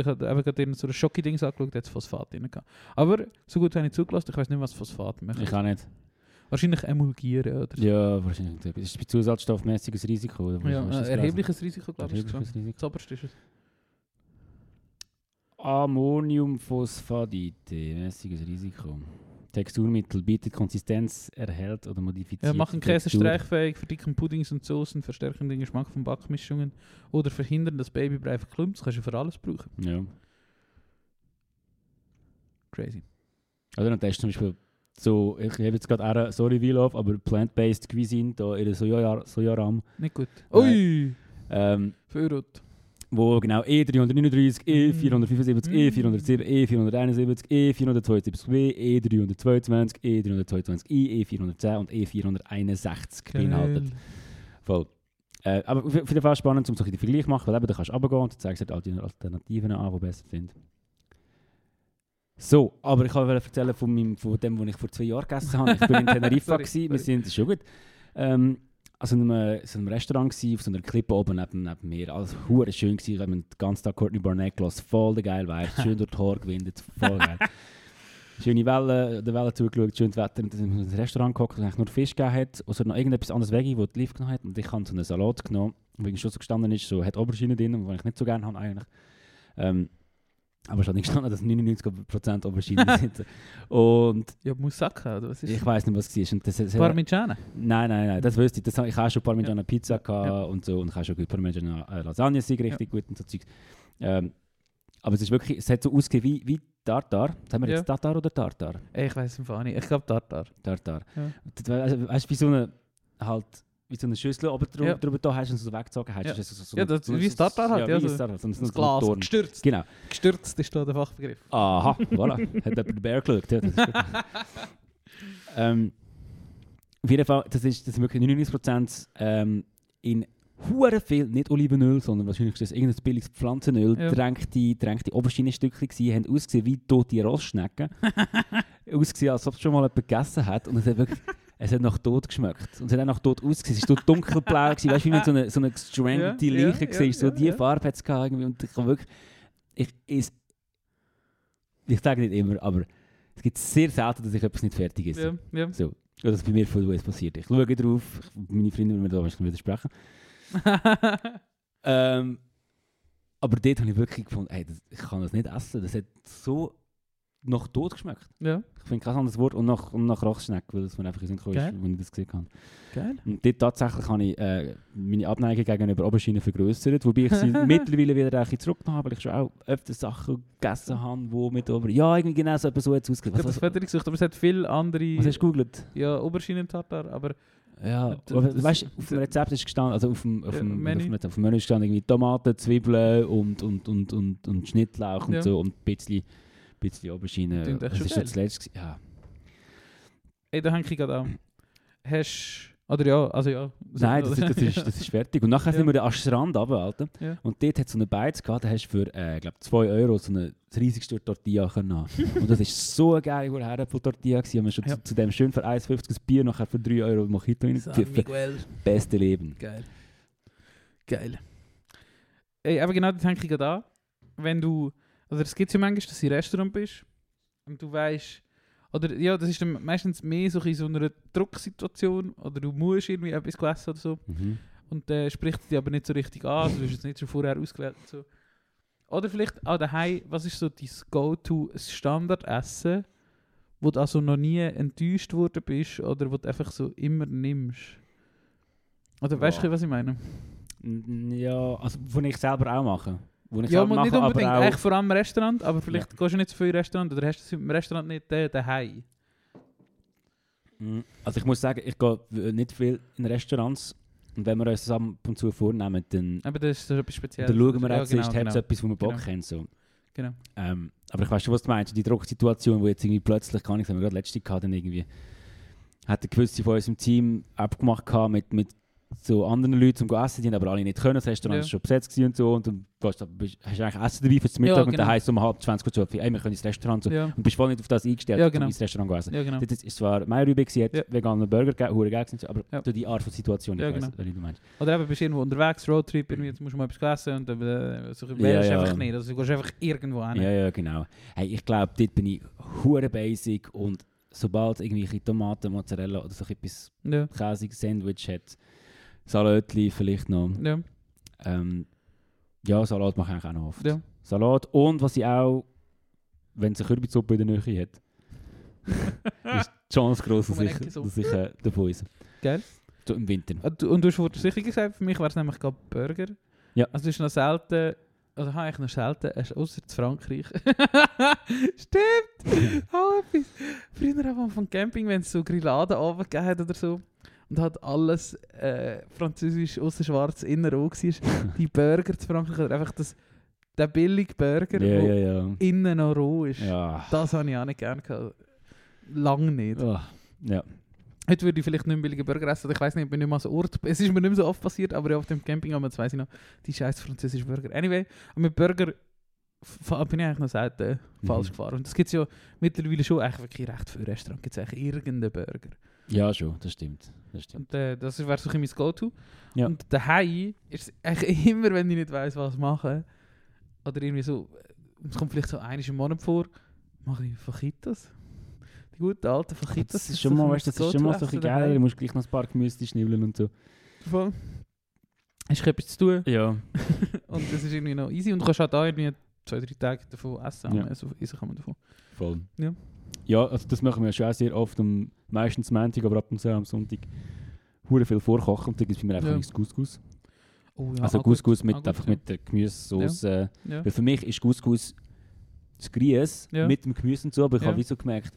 Ich habe eben gerade irgend so ein Schocki-Dings angeschaut, da hat Phosphat drin gehabt. Aber so gut habe ich zugelassen, ich weiß nicht, was Phosphat macht. Ich auch nicht. Wahrscheinlich emulgieren, oder? Ja, wahrscheinlich nicht. Ist bei Zusatzstoffmäßiges Risiko? Oder wo Ja, hast du das äh, erhebliches Risiko, glaube ich. gelesen? ist es Erhebliches Risiko. gewesen. Das oberste ist es. Ammoniumphosphatite, mäßiges Risiko. Texturmittel bietet Konsistenz, erhält oder modifiziert. Ja, machen die Textur. Käse streichfähig, verdicken Puddings und Soßen, verstärken den Geschmack von Backmischungen oder verhindern, dass Babybrei verklumpt. Das kannst du für alles brauchen. Ja. Crazy. Oder Also, dann hast du zum Beispiel so, ich habe jetzt gerade auch, sorry Wheel of, aber Plant-Based Cuisine, da ihre Soja, Sojaram, Nicht gut. Nein. Ui! ähm, Verrückt. wo nou, E genau E339, E475, Mm. E407, E471, E472b, E322, E322i, E410 und E461 beinhaltet. Voll. Äh, aber auf auf jeden Fall spannend, um so ein bisschen den Vergleich zu machen, weil eben, da kannst du runtergehen und dann zeigst du dir all die Alternativen an, die du besser sind. So, aber ich wollte erzählen von, meinem, von dem, was ich vor zwei Jahren gegessen habe. Ich bin in Teneriffa, Sorry, gewesen. wir sorry. sind, schon gut, ähm, also in einem, so einem Restaurant gewesen, auf so einer Klippe oben neben, neben mir. Alles hure schön gewesen, ich habe den ganzen Tag Courtney Barnett gelassen, voll der geil Vibe, schön durch die Haare gewindet, voll geil. Schöne Wellen, der Wellen zugeschaut, schönes Wetter. Und dann sind wir in ein Restaurant geguckt, das eigentlich nur Fisch gegeben hat. Und es hat noch irgendetwas anderes weg, das die Liv genommen hat. Und ich habe so einen Salat genommen, der irgendwie schon so gestanden ist, so hat Aubergine drin, die ich nicht so gerne habe eigentlich. Ähm, aber es hat nicht gestanden, dass 99% Aubergine sind. Und Ja, Moussaka, oder was ist ich weiß nicht, was es war. Und das, das Parmigiana. Nein, nein, nein, das wüsste ich. Das, hab- ich habe schon Parmigiana Pizza gehabt Ja. und so und ich habe schon gut Parmigiana äh, Lasagne sind richtig gut und so Zeugs. Ähm, aber es ist wirklich, es hat so ausgesehen wie, wie Tartar. Sagen wir Ja. jetzt Tartar oder Tartar? Ey, ich weiß es einfach nicht. Ich glaube Tartar. Tartar. Ja. Und das- Also, weißt du, wie so eine halt wie so eine Schüssel oben drüber, Ja. drüber da hast und so weggezogen hast. Ja. ist so, so Ja, das- wie es Tartar hat, Ja, ja, wie so- es Tartar. So, ein- so, Das ein Glas. Glas. Gestürzt. Genau. Gestürzt ist da der Fachbegriff. Aha, voilà. Hat jemand den Bär geschaut. Ja, das ist gut. ähm, auf jeden Fall, das ist, das ist wirklich 99% ähm, in hure viel, nicht Olivenöl, sondern wahrscheinlich ist das irgendein billiges Pflanzenöl, Ja. drängte, drängte Oberschienenstückchen gewesen, haben ausgesehen wie tote Rossschnecken. ausgesehen, als ob es schon mal jemand gegessen hat. Und es hat wirklich... Es hat nach Tod geschmeckt. Und es hat auch nach Tod ausgesehen. Es war so dunkelblau. gewesen. Weißt du, wie wenn du so eine, so eine gestrangelte Ja, ja, Leiche ja, siehst? So ja, die ja. Farbe hat es gehabt. irgendwie. Und ich habe wirklich... Ich, ich, ich sage nicht immer, aber es gibt sehr selten, dass ich etwas nicht fertig esse. Ja, ja. So. Ja, das ist bei mir voll gut passiert. Ich schaue drauf, ich, meine Freunde würden mir da wahrscheinlich widersprechen. Ähm, aber dort habe ich wirklich gefunden, hey, das, ich kann das nicht essen. Das hat so nach Tod geschmeckt. ja. Ich finde kein anderes Wort. Und nach, und nach Rachschneck, weil es mir einfach in den Sinn Geil. kam, als ich das gesehen habe. Geil. Und dort tatsächlich habe ich äh, meine Abneigung gegenüber Oberschienen vergrößert, wobei ich sie mittlerweile wieder ein bisschen zurückgenommen habe, weil ich schon auch öfter Sachen gegessen habe, die mit Ober... Ja, irgendwie genau so etwas so jetzt Ich habe ausgesehen. das Was, was, Väter gesucht, aber es hat viele was hast andere. du gegoogelt? Ja, Oberschienen-Tartar, aber Ja, Das- aber das- weißt du, auf dem Rezept ist gestanden, also auf dem, auf Ja, dem, Menü. Auf dem, Rezept, auf dem Menü ist gestanden irgendwie Tomaten, Zwiebeln und, und, und, und, und Schnittlauch und Ja. so und ein bisschen, bisschen Aubergine. Klingt echt Das schon ist schon geil. das letzte. Ja. ey, da hänge ich gerade an. Hast. Oder ja, also ja. Nein, das, ist- das, ist, das ist fertig. Und nachher Ja. sind wir den Aschstrand runter, Alter. Ja. Und dort hat so eine Beiz gehabt, da hast du für, äh, glaube 2 Euro so eine riesige Tortilla können. haben. Und das war so eine geile Herrenpool-Tortilla. gewesen. Haben wir schon Ja. zu, zu dem schön für 1,50 ein Bier, nachher für 3 Euro Mojito reingepfiffen. Miguel. Beste Leben. Geil. Geil. Ey, aber genau das denke ich gerade an. Wenn du, also es gibt ja manchmal, dass du in einem Restaurant bist und du weißt, oder ja, das ist dann meistens mehr so in so einer Drucksituation oder du musst irgendwie etwas essen oder so Mhm. und dann spricht es dich aber nicht so richtig an, also du hast es nicht schon vorher ausgewählt und so. Oder vielleicht auch daheim, was ist so dein Go-To, ein Standardessen, wo du also noch nie enttäuscht worden bist oder wo du einfach so immer nimmst? Oder weißt du, Boah. was ich meine? N- Ja, also, wo ich selber auch mache. Wo ich ja, selber maar mache, nicht unbedingt. aber auch... Echt vor allem im Restaurant, aber vielleicht gehst du nicht zu viel Restaurant oder hast du im Restaurant nicht äh, daheim. Mm, Also ich muss sagen, ich gehe w- nicht viel in Restaurants. Und wenn wir uns das ab und zu vornehmen, dann, Aber das ist etwas dann Spezielles. schauen wir Ja, auch zuerst, hat es etwas, wo wir Bock Genau. haben. So. Genau. Ähm, aber ich weiß schon, was du meinst. Die Drucksituation, wo jetzt irgendwie plötzlich, kann ich sagen, gerade letzte gehabt, dann irgendwie, hat eine gewisse von unserem Team abgemacht gehabt mit, mit so anderen Leuten zum Gehen essen, die haben aber alle nicht können. Das Restaurant Ja. war schon besetzt gewesen und so. Und dann gehst, du- bist, hast du eigentlich Essen dabei für den Mittag und genau. dann heisst es um halb 20 Uhr zu, hey, wir können ins Restaurant. So. Ja, Und bist voll nicht auf das eingestellt, Ja, um genau. ins Restaurant zu essen. ja, genau. Das ist- ist zwar Meierrübe, gewesen, hat Ja. veganen Burger gegeben, hure geil gewesen, aber Ja. durch die Art von Situation, ich Ja, weiss, genau. welche du meinst. Oder eben bist du irgendwo unterwegs, Roadtrip, irgendwie, jetzt musst du mal etwas essen und dann äh, so Ja, wählst du ja. einfach nicht. Also du gehst einfach irgendwo hin. Ja, ja, genau. Hey, ich glaube, dort bin ich hure basic und sobald irgendwelche Tomaten, Mozzarella oder so etwas Ja. käsiges Sandwich hat, Salatli vielleicht noch. Ja. Ähm, ja, Salat mache ich eigentlich auch noch oft. Ja. Salat und was ich auch, wenn es eine Kürbissuppe in der Nähe hat, ist die Chance groß, dass Um eine ich, Ecke so. dass ich äh, davon esse. Geil. So Im Winter. Ah, du- Und du hast vorhin sicher gesagt, für mich wäre es nämlich gerade Burger. Ja. Also es ist noch selten, also habe ich noch selten, es ist ausser in Frankreich. Stimmt! oh, etwas. Früher am Anfang vom Camping, wenn es so Grilladen oben gegeben hat oder so, und hat alles äh, französisch, ausser schwarz, inner auch war, die Burger zu Frankreich, oder einfach das, der billige Burger, Ja, der ja, ja. innen noch roh ist. Ja. Das habe ich auch nicht gerne gehabt. Lang nicht. Ah, ja. Heute würde ich vielleicht nicht einen billigen Burger essen, oder ich weiß nicht, ich bin nicht mal so Ort. Es ist mir nicht mehr so oft passiert, aber ja, auf dem Camping haben wir, weiß ich noch, die scheiß französischen Burger. Anyway, aber mit Burger fa- bin ich eigentlich noch selten Mhm. falsch gefahren. Und es gibt ja mittlerweile schon eigentlich wirklich recht viele Restaurants, gibt es eigentlich irgendeinen Burger. ja, schon, das stimmt. Das stimmt. Und äh, das wäre so ein bisschen mein Go-To. Ja. Und daheim ist es eigentlich immer, wenn ich nicht weiß, was machen, oder irgendwie so, äh, es kommt vielleicht so einiges im Monat vor, mache ich Fajitas. Die guten alten Aber Fajitas. Das sind ist schon mal, so weißt, du, das ist mein schon mal so ein bisschen Go-To-Essen geil. daheim. Du musst gleich noch ein paar Gemüse schnibbeln und so. Voll. Hast du etwas zu tun Ja. und das ist irgendwie noch nou easy und du kannst auch da irgendwie zwei, drei Tage davon essen. Ja. Ja. Also essen kann man davon. Voll. Ja. Ja, also das machen wir schon auch sehr oft, am, meistens Montag, aber ab und zu am Sonntag hure viel vorkochen und dann gibt es mir einfach Ja. nichts Couscous. Oh, ja, Also ah, gut. Couscous mit, Ah, gut, einfach ja. mit der Gemüsesauce. äh, Ja. Weil für mich ist Couscous das Grieß Ja. mit dem Gemüse und so, aber ich Ja. habe wie so gemerkt,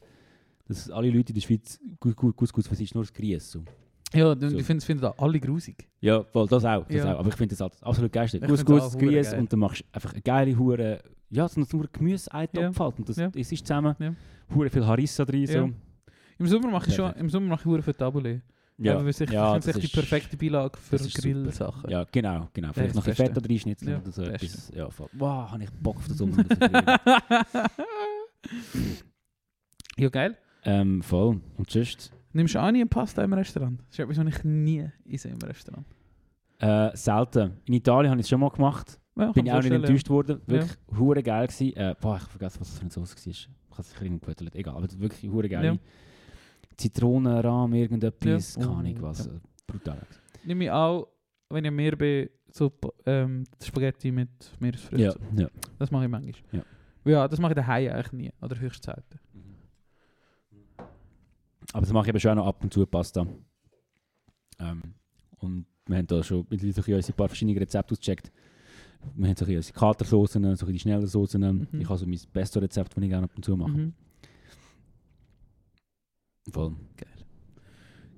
dass alle Leute in der Schweiz Cous- Cous- Couscous, was ist nur das Grieß so. ja, dann- So. ich finde es da alle grusig. Ja, voll, das auch. Das Ja. auch. Aber ich finde das halt absolut geil. Ich Gutes, find's auch gutes hure Gemüse geil. und dann machst du einfach eine geile Hure. Ja, so ein hure Gemüse-Eintopf Ja. halt. Und das Ja. es ist zusammen. Ja. Hure viel Harissa drin. Ja. So. Im Sommer mache ich schon, Perfekt. im Sommer mache ich hure viel Tabule. Ja. Aber ich Ja, ja, finde das die ist- perfekte Beilage für das ist Grillsachen. Ja, genau, genau. Vielleicht ist noch ein das Fett da Beste. drin schnitzen Ja, oder so das etwas. Ja, voll. Wow, habe ich Bock auf das Sommer. ja, geil. ähm, voll. Und sonst? Nimmst du auch nie eine Pasta im Restaurant? Das ist etwas, was ich nie esse im Restaurant. Äh, selten. In Italien habe ich es schon mal gemacht. Ja, kann Bin mir ich auch nicht vorstellen, ja. enttäuscht worden. Wirklich hure geil gewesen. Äh, boah, ich vergesse, was das für eine Soße war. Ich habe es sicher irgendwo gewötelt. Egal, aber wirklich hure geil. Ja. Zitronenrahm, irgendetwas, Ja. keine Oh, Ahnung was. ja. Äh, Brutal. Nehme ich auch, wenn ich mehr bin, so ähm, Spaghetti mit Meeresfrüchten. Ja, ja. Das mache ich manchmal. Ja. ja, das mache ich daheim eigentlich nie. Oder höchst selten. Aber das mache ich eben schon auch noch ab und zu Pasta. Ähm, und wir haben da schon mittlerweile so ein bisschen unsere paar verschiedene Rezepte ausgecheckt. Wir haben so ein bisschen unsere Katersoßen, so ein bisschen die schnellen Soßen. Mhm. Ich habe so mein Pesto-Rezept, das ich gerne ab und zu mache. Mhm. Voll.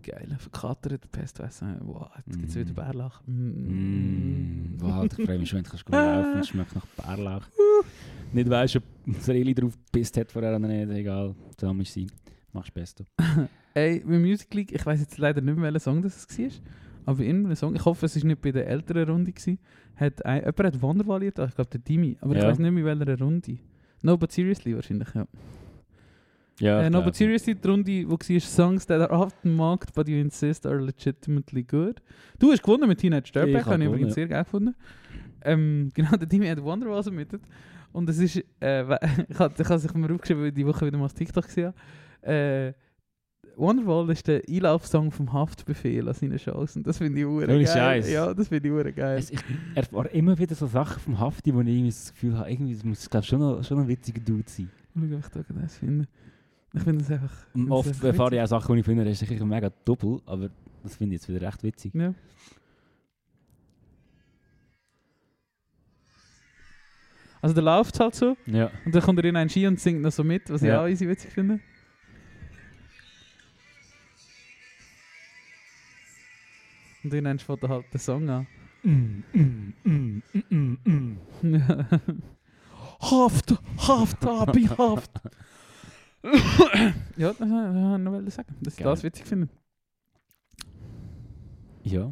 Geil, verkatert, Pesto essen. Wow, jetzt gibt es Mhm. wieder Bärlauch. Mm. Mm. Wow, ich freue mich schon, wenn du Ah. laufen und es schmeckt nach Bärlauch. nicht weißt, ob das Reli drauf gepisst hat vorher oder nicht. Egal, zusammen ist sein. Machst Pesto. Ey, bei Music League, ich weiß jetzt leider nicht mehr, welcher Song das war. Aber in irgendeinem Song, ich hoffe, es war nicht bei der älteren Runde, gewesen, hat ein, jemand hat Wandervaliert, ich glaube der Dimi, aber Ja. ich weiß nicht mehr, in welcher Runde. No, but seriously wahrscheinlich, ja. Ja, ich Äh, no, glaub. but seriously, die Runde, wo war, Songs that are often mocked, but you insist are legitimately good. Du hast gewonnen mit Tina Ich Störbeck, hab habe ich gewonnen, übrigens sehr geil gefunden. Ähm, genau, der Timmy hat Wonderwall submitted. Und es ist, äh, we- ich habe ich es mir aufgeschrieben, weil ich die Woche wieder mal auf TikTok gesehen habe. Äh, Wonderwall ist der Einlaufsong vom Haftbefehl an seinen Shows. Und das finde ich hure Ohne geil. Scheiß. Ja, das finde ich hure geil. Es, ich erfahre immer wieder so Sachen vom Hafti, wo ich irgendwie das Gefühl habe, irgendwie das muss glaub, schon, noch, schon ein witziger Dude sein. Mal schauen, ob ich da das finde. Ich finde das einfach... Und Das Oft ist erfahre ich auch Sachen, die ich finde, das ist sicher mega doppel, aber das finde ich jetzt wieder recht witzig. Ja. Also der läuft halt so Ja. und dann kommt er in einen Ski und singt noch so mit, was Ja. ich auch easy witzig finde. Und dann fängt er halt den Song an. Haft, Haft, Abi, Haft. ja, das wollte ich noch sagen, dass ich Geil. das witzig finde. Ja.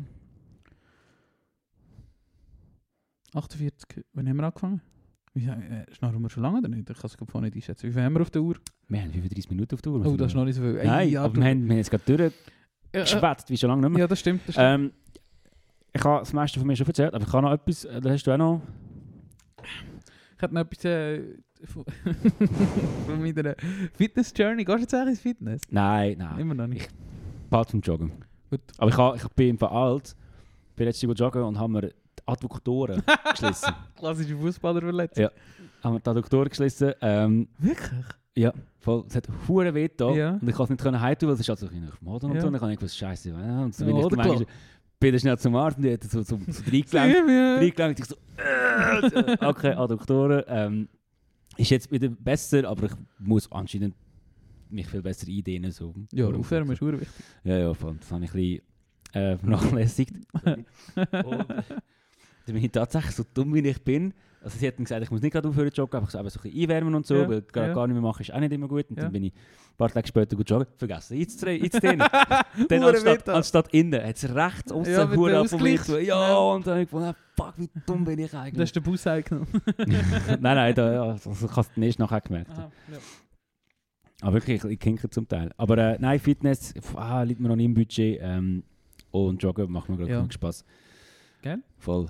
48, wann haben wir angefangen? Wie, äh, schnarren wir schon lange oder nicht? Ich kann es gar nicht einschätzen. Wie viel haben wir auf der Uhr? Wir haben 35 Minuten auf der Uhr. Oh, das ist noch nicht so viel. Ey, Nein, ja, aber du- wir haben, wir haben jetzt gerade durchgeschwätzt, wie schon lange nicht mehr. ja, das stimmt. Das stimmt. Ähm, ich habe das meiste von mir schon erzählt, aber ich kann noch etwas, äh, da hast du auch noch. Ich hätte noch etwas äh, von, von meiner Fitness-Journey. Gehst du jetzt eigentlich ins Fitness? Nein, nein. Immer noch nicht. Bald zum Joggen. Gut. Aber ich, habe, ich bin im Fall alt, bin letztes Jahr joggen und haben mir die Advokatoren geschlossen. Klassische Fußballer verletzt. Ja. Haben wir die Advokatoren geschlossen. Ähm, Wirklich? ja, voll. Es hat hure weh da Ja. und ich konnte es nicht können heimtun, weil es ist also in der Motor und Ja. so. Und dann habe ich gewusst, Scheiße, ja, und so Ja, Oh, bin ich oder dann manchmal, bin ich schnell zum Arzt und die hat so, so, so reingelenkt. Ja. reingelangt. Ich so, äh, okay, Adduktoren. Ähm, ist jetzt wieder besser, aber ich muss anscheinend mich viel besser eindehnen. So. Ja, aufwärmen ist verdammt wichtig. Ja, ja, voll. das habe ich ein bisschen äh, vernachlässigt. Und dann bin ich tatsächlich so dumm, wie ich bin. Also sie hätten gesagt, ich muss nicht gerade aufhören zu joggen, einfach so, einfach so ein bisschen einwärmen und so, Ja, weil gerade ja. gar nicht mehr machen ist auch nicht immer gut. Und Ja. dann bin ich ein paar Tage später gut joggen, vergessen, jetzt einzudehnen. Dann Hure anstatt, weh da. anstatt innen, hat es rechts aussen Ja, ja, mit Hure dem ab und Ausgleich. links. Ja. Ja, und dann habe ich gefunden, ah, fuck, wie dumm bin ich Das eigentlich. ist der Bus eingenommen. nein, nein, da, eh, ja, also, ich habe es nicht nachher gemerkt. Ah, Aha, ja. Aber wirklich, ich kinke zum Teil. Aber äh, nein, Fitness pf, ah, liegt mir noch nicht im Budget. Ähm, und Joggen macht mir gerade Ja. genug Spass. Geil. Voll.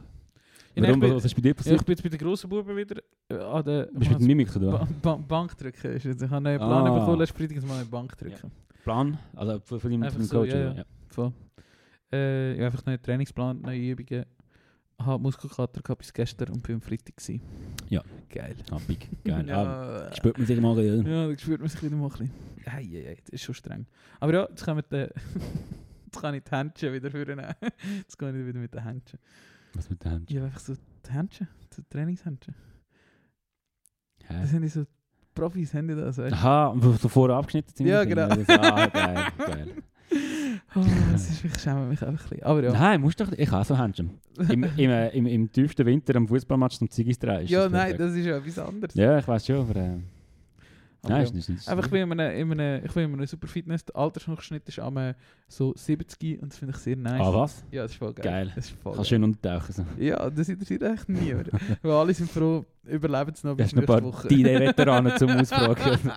Ja, Warum, nein, was ich was ist bei dir Ja, passiert? Also ich bin jetzt bei den grossen Buben wieder äh, an der Bist du mit Mimik zu tun? Ba ba Bank drücken. Ist jetzt. Ich habe einen neuen Plan Ah. bekommen, letztes Freitag mal eine Bank drücken. Plan? Also von, von deinem Einfach von deinem so, Coach? eh, ja, oder? ja. Voll. Äh, ich habe einfach einen neuen Trainingsplan, Nou, neue Übungen. Habe Muskelkater gehabt bis gestern und bin am Freitag. Gewesen. Ja. Geil. Happig. Geil. Ah, Ja, spürt man sich mal. Ja. ja da spürt man sich wieder mal ein bisschen. Ei, ei, ei, das ist schon streng. Ah, Aber ja, jetzt, können wir die, jetzt kann ich die Händchen wieder vornehmen. Jetzt gehe ich wieder mit den Händchen. Was mit den Händen? Ich habe einfach so die Händchen, so die Trainingshändchen. Hä? Das sind die so Profis, haben die das, weißt Aha, und wo so vorher abgeschnitten sind? Ja, die Finger. genau. Das- Ah, geil. geil. du? Oh, das ist, ich schäme mich einfach ein bisschen. Aber ja. Nein, musst doch. Ich habe so Händchen. Im, im, äh, im, Im tiefsten Winter am Fußballmatch zum Ziggis drehen. ist ja, das nein, perfekt. das ist ja etwas anderes. Ja, ich weiß schon, aber. Äh, Aber nein, ja. ist nicht. ist- Aber ich bin eh, in einem, in einem, ich bin in einem super Fitness. Der Altersdurchschnitt ist am äh, so 70 und das finde ich sehr nice. Ah, was? Ja, das ist voll geil. Geil. Das ist voll Kannst geil. schön untertauchen. So. Ja, das interessiert echt niemand. Weil alle sind froh, überleben sie noch Du bis hast noch ein nächste paar Woche. Delay-Veteranen zum Ausfragen.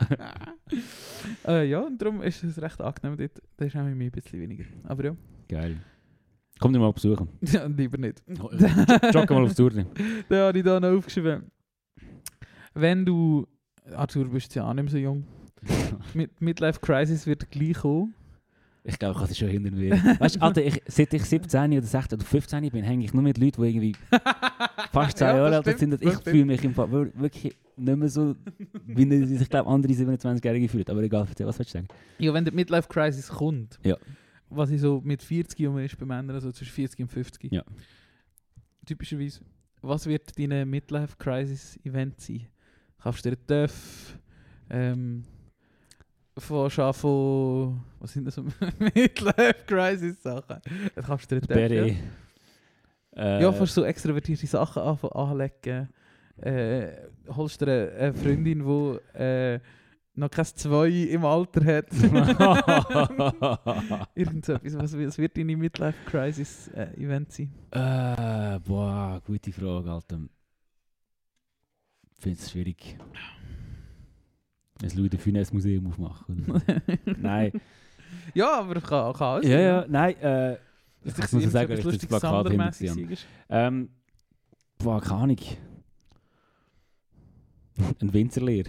äh, ja, und darum ist es recht angenehm dort. Da ist auch mit mir ein bisschen weniger. Aber ja, Geil. Komm dir mal besuchen. ja lieber nicht. Oh, Joggen mal aufs Urli. Da habe ich da noch aufgeschrieben. Wenn du... Arthur, du bist ja auch nicht mehr so jung. Mid Midlife Crisis wird gleich kommen. Ich glaube, ich kann es schon hinter mir. Weißt du, Alter, ich, seit ich 17 oder 16 oder 15 bin, hänge ich nur mit Leuten, die irgendwie fast zwei Ja, das Jahre alt stimmt, sind. Und das ich stimmt. fühle mich im Fall wir- wirklich nicht mehr so, wie sich, glaube andere 27-Jährige fühlen. Aber egal, erzähl, was willst du sagen? Ja, wenn die Midlife Crisis kommt, Ja. was ich so mit 40 um ist bei Männern, also zwischen 40 und 50. Ja. Typischerweise, was wird dein Midlife Crisis Event sein? Kaufst du dir einen TÜV? Ähm, von Schafo, was sind das so Midlife Crisis Sachen? Dann kaufst du dir einen TÜV. Beret. Ja. Äh, ja, fast so extrovertierte Sachen anfangen anlegen. Äh, holst dir eine, eine Freundin, die äh, noch kein Zwei im Alter hat. Irgendetwas, was, was wird deine Midlife Crisis äh, Event sein? Äh, boah, gute Frage, Alter. Ich finde es schwierig. Ein Louis de Funès Museum aufmachen. Oder? nein. Ja, aber kann, kann alles. Ja, sein, ja, nein. Äh, ich Dass dich muss irgend so sagen, etwas ich lustiges das Plakat hinter Sandermäßig gesehen. siehst. ähm, boah, keine Ahnung. Ein Winzerlehr.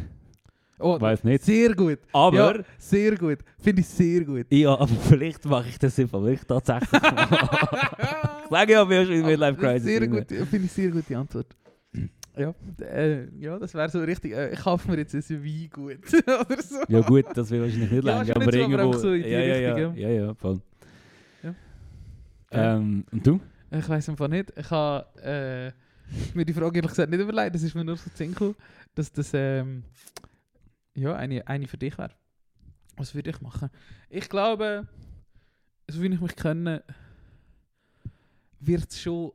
Oh, Weiß nicht. Sehr gut. Aber, ja, sehr gut. Finde ich sehr gut. ja. aber vielleicht mache ich das einfach wirklich tatsächlich. ich sage ja, wir sind in Midlife Crisis. Sehr drin. gut, finde ich sehr gute Antwort. Ja, d- äh, ja das wäre so richtig. Äh, ich kaufe mir jetzt ein Wein gut. Oder so. Ja gut, das will wahrscheinlich nicht Ja, länger, schon aber nicht so, aber irgendwo... einfach so in die ja, ja, ja, Richtung, ja, ja, voll. Ja. Ähm, und du? Ich weiß einfach nicht. Ich habe äh, Ich hab mir die Frage ehrlich gesagt nicht überlegt. Das ist mir nur so zinkel, dass das ähm, ja, eine, eine für dich wäre. Was würde ich machen? Ich glaube, so wie ich mich kenne, wird schon.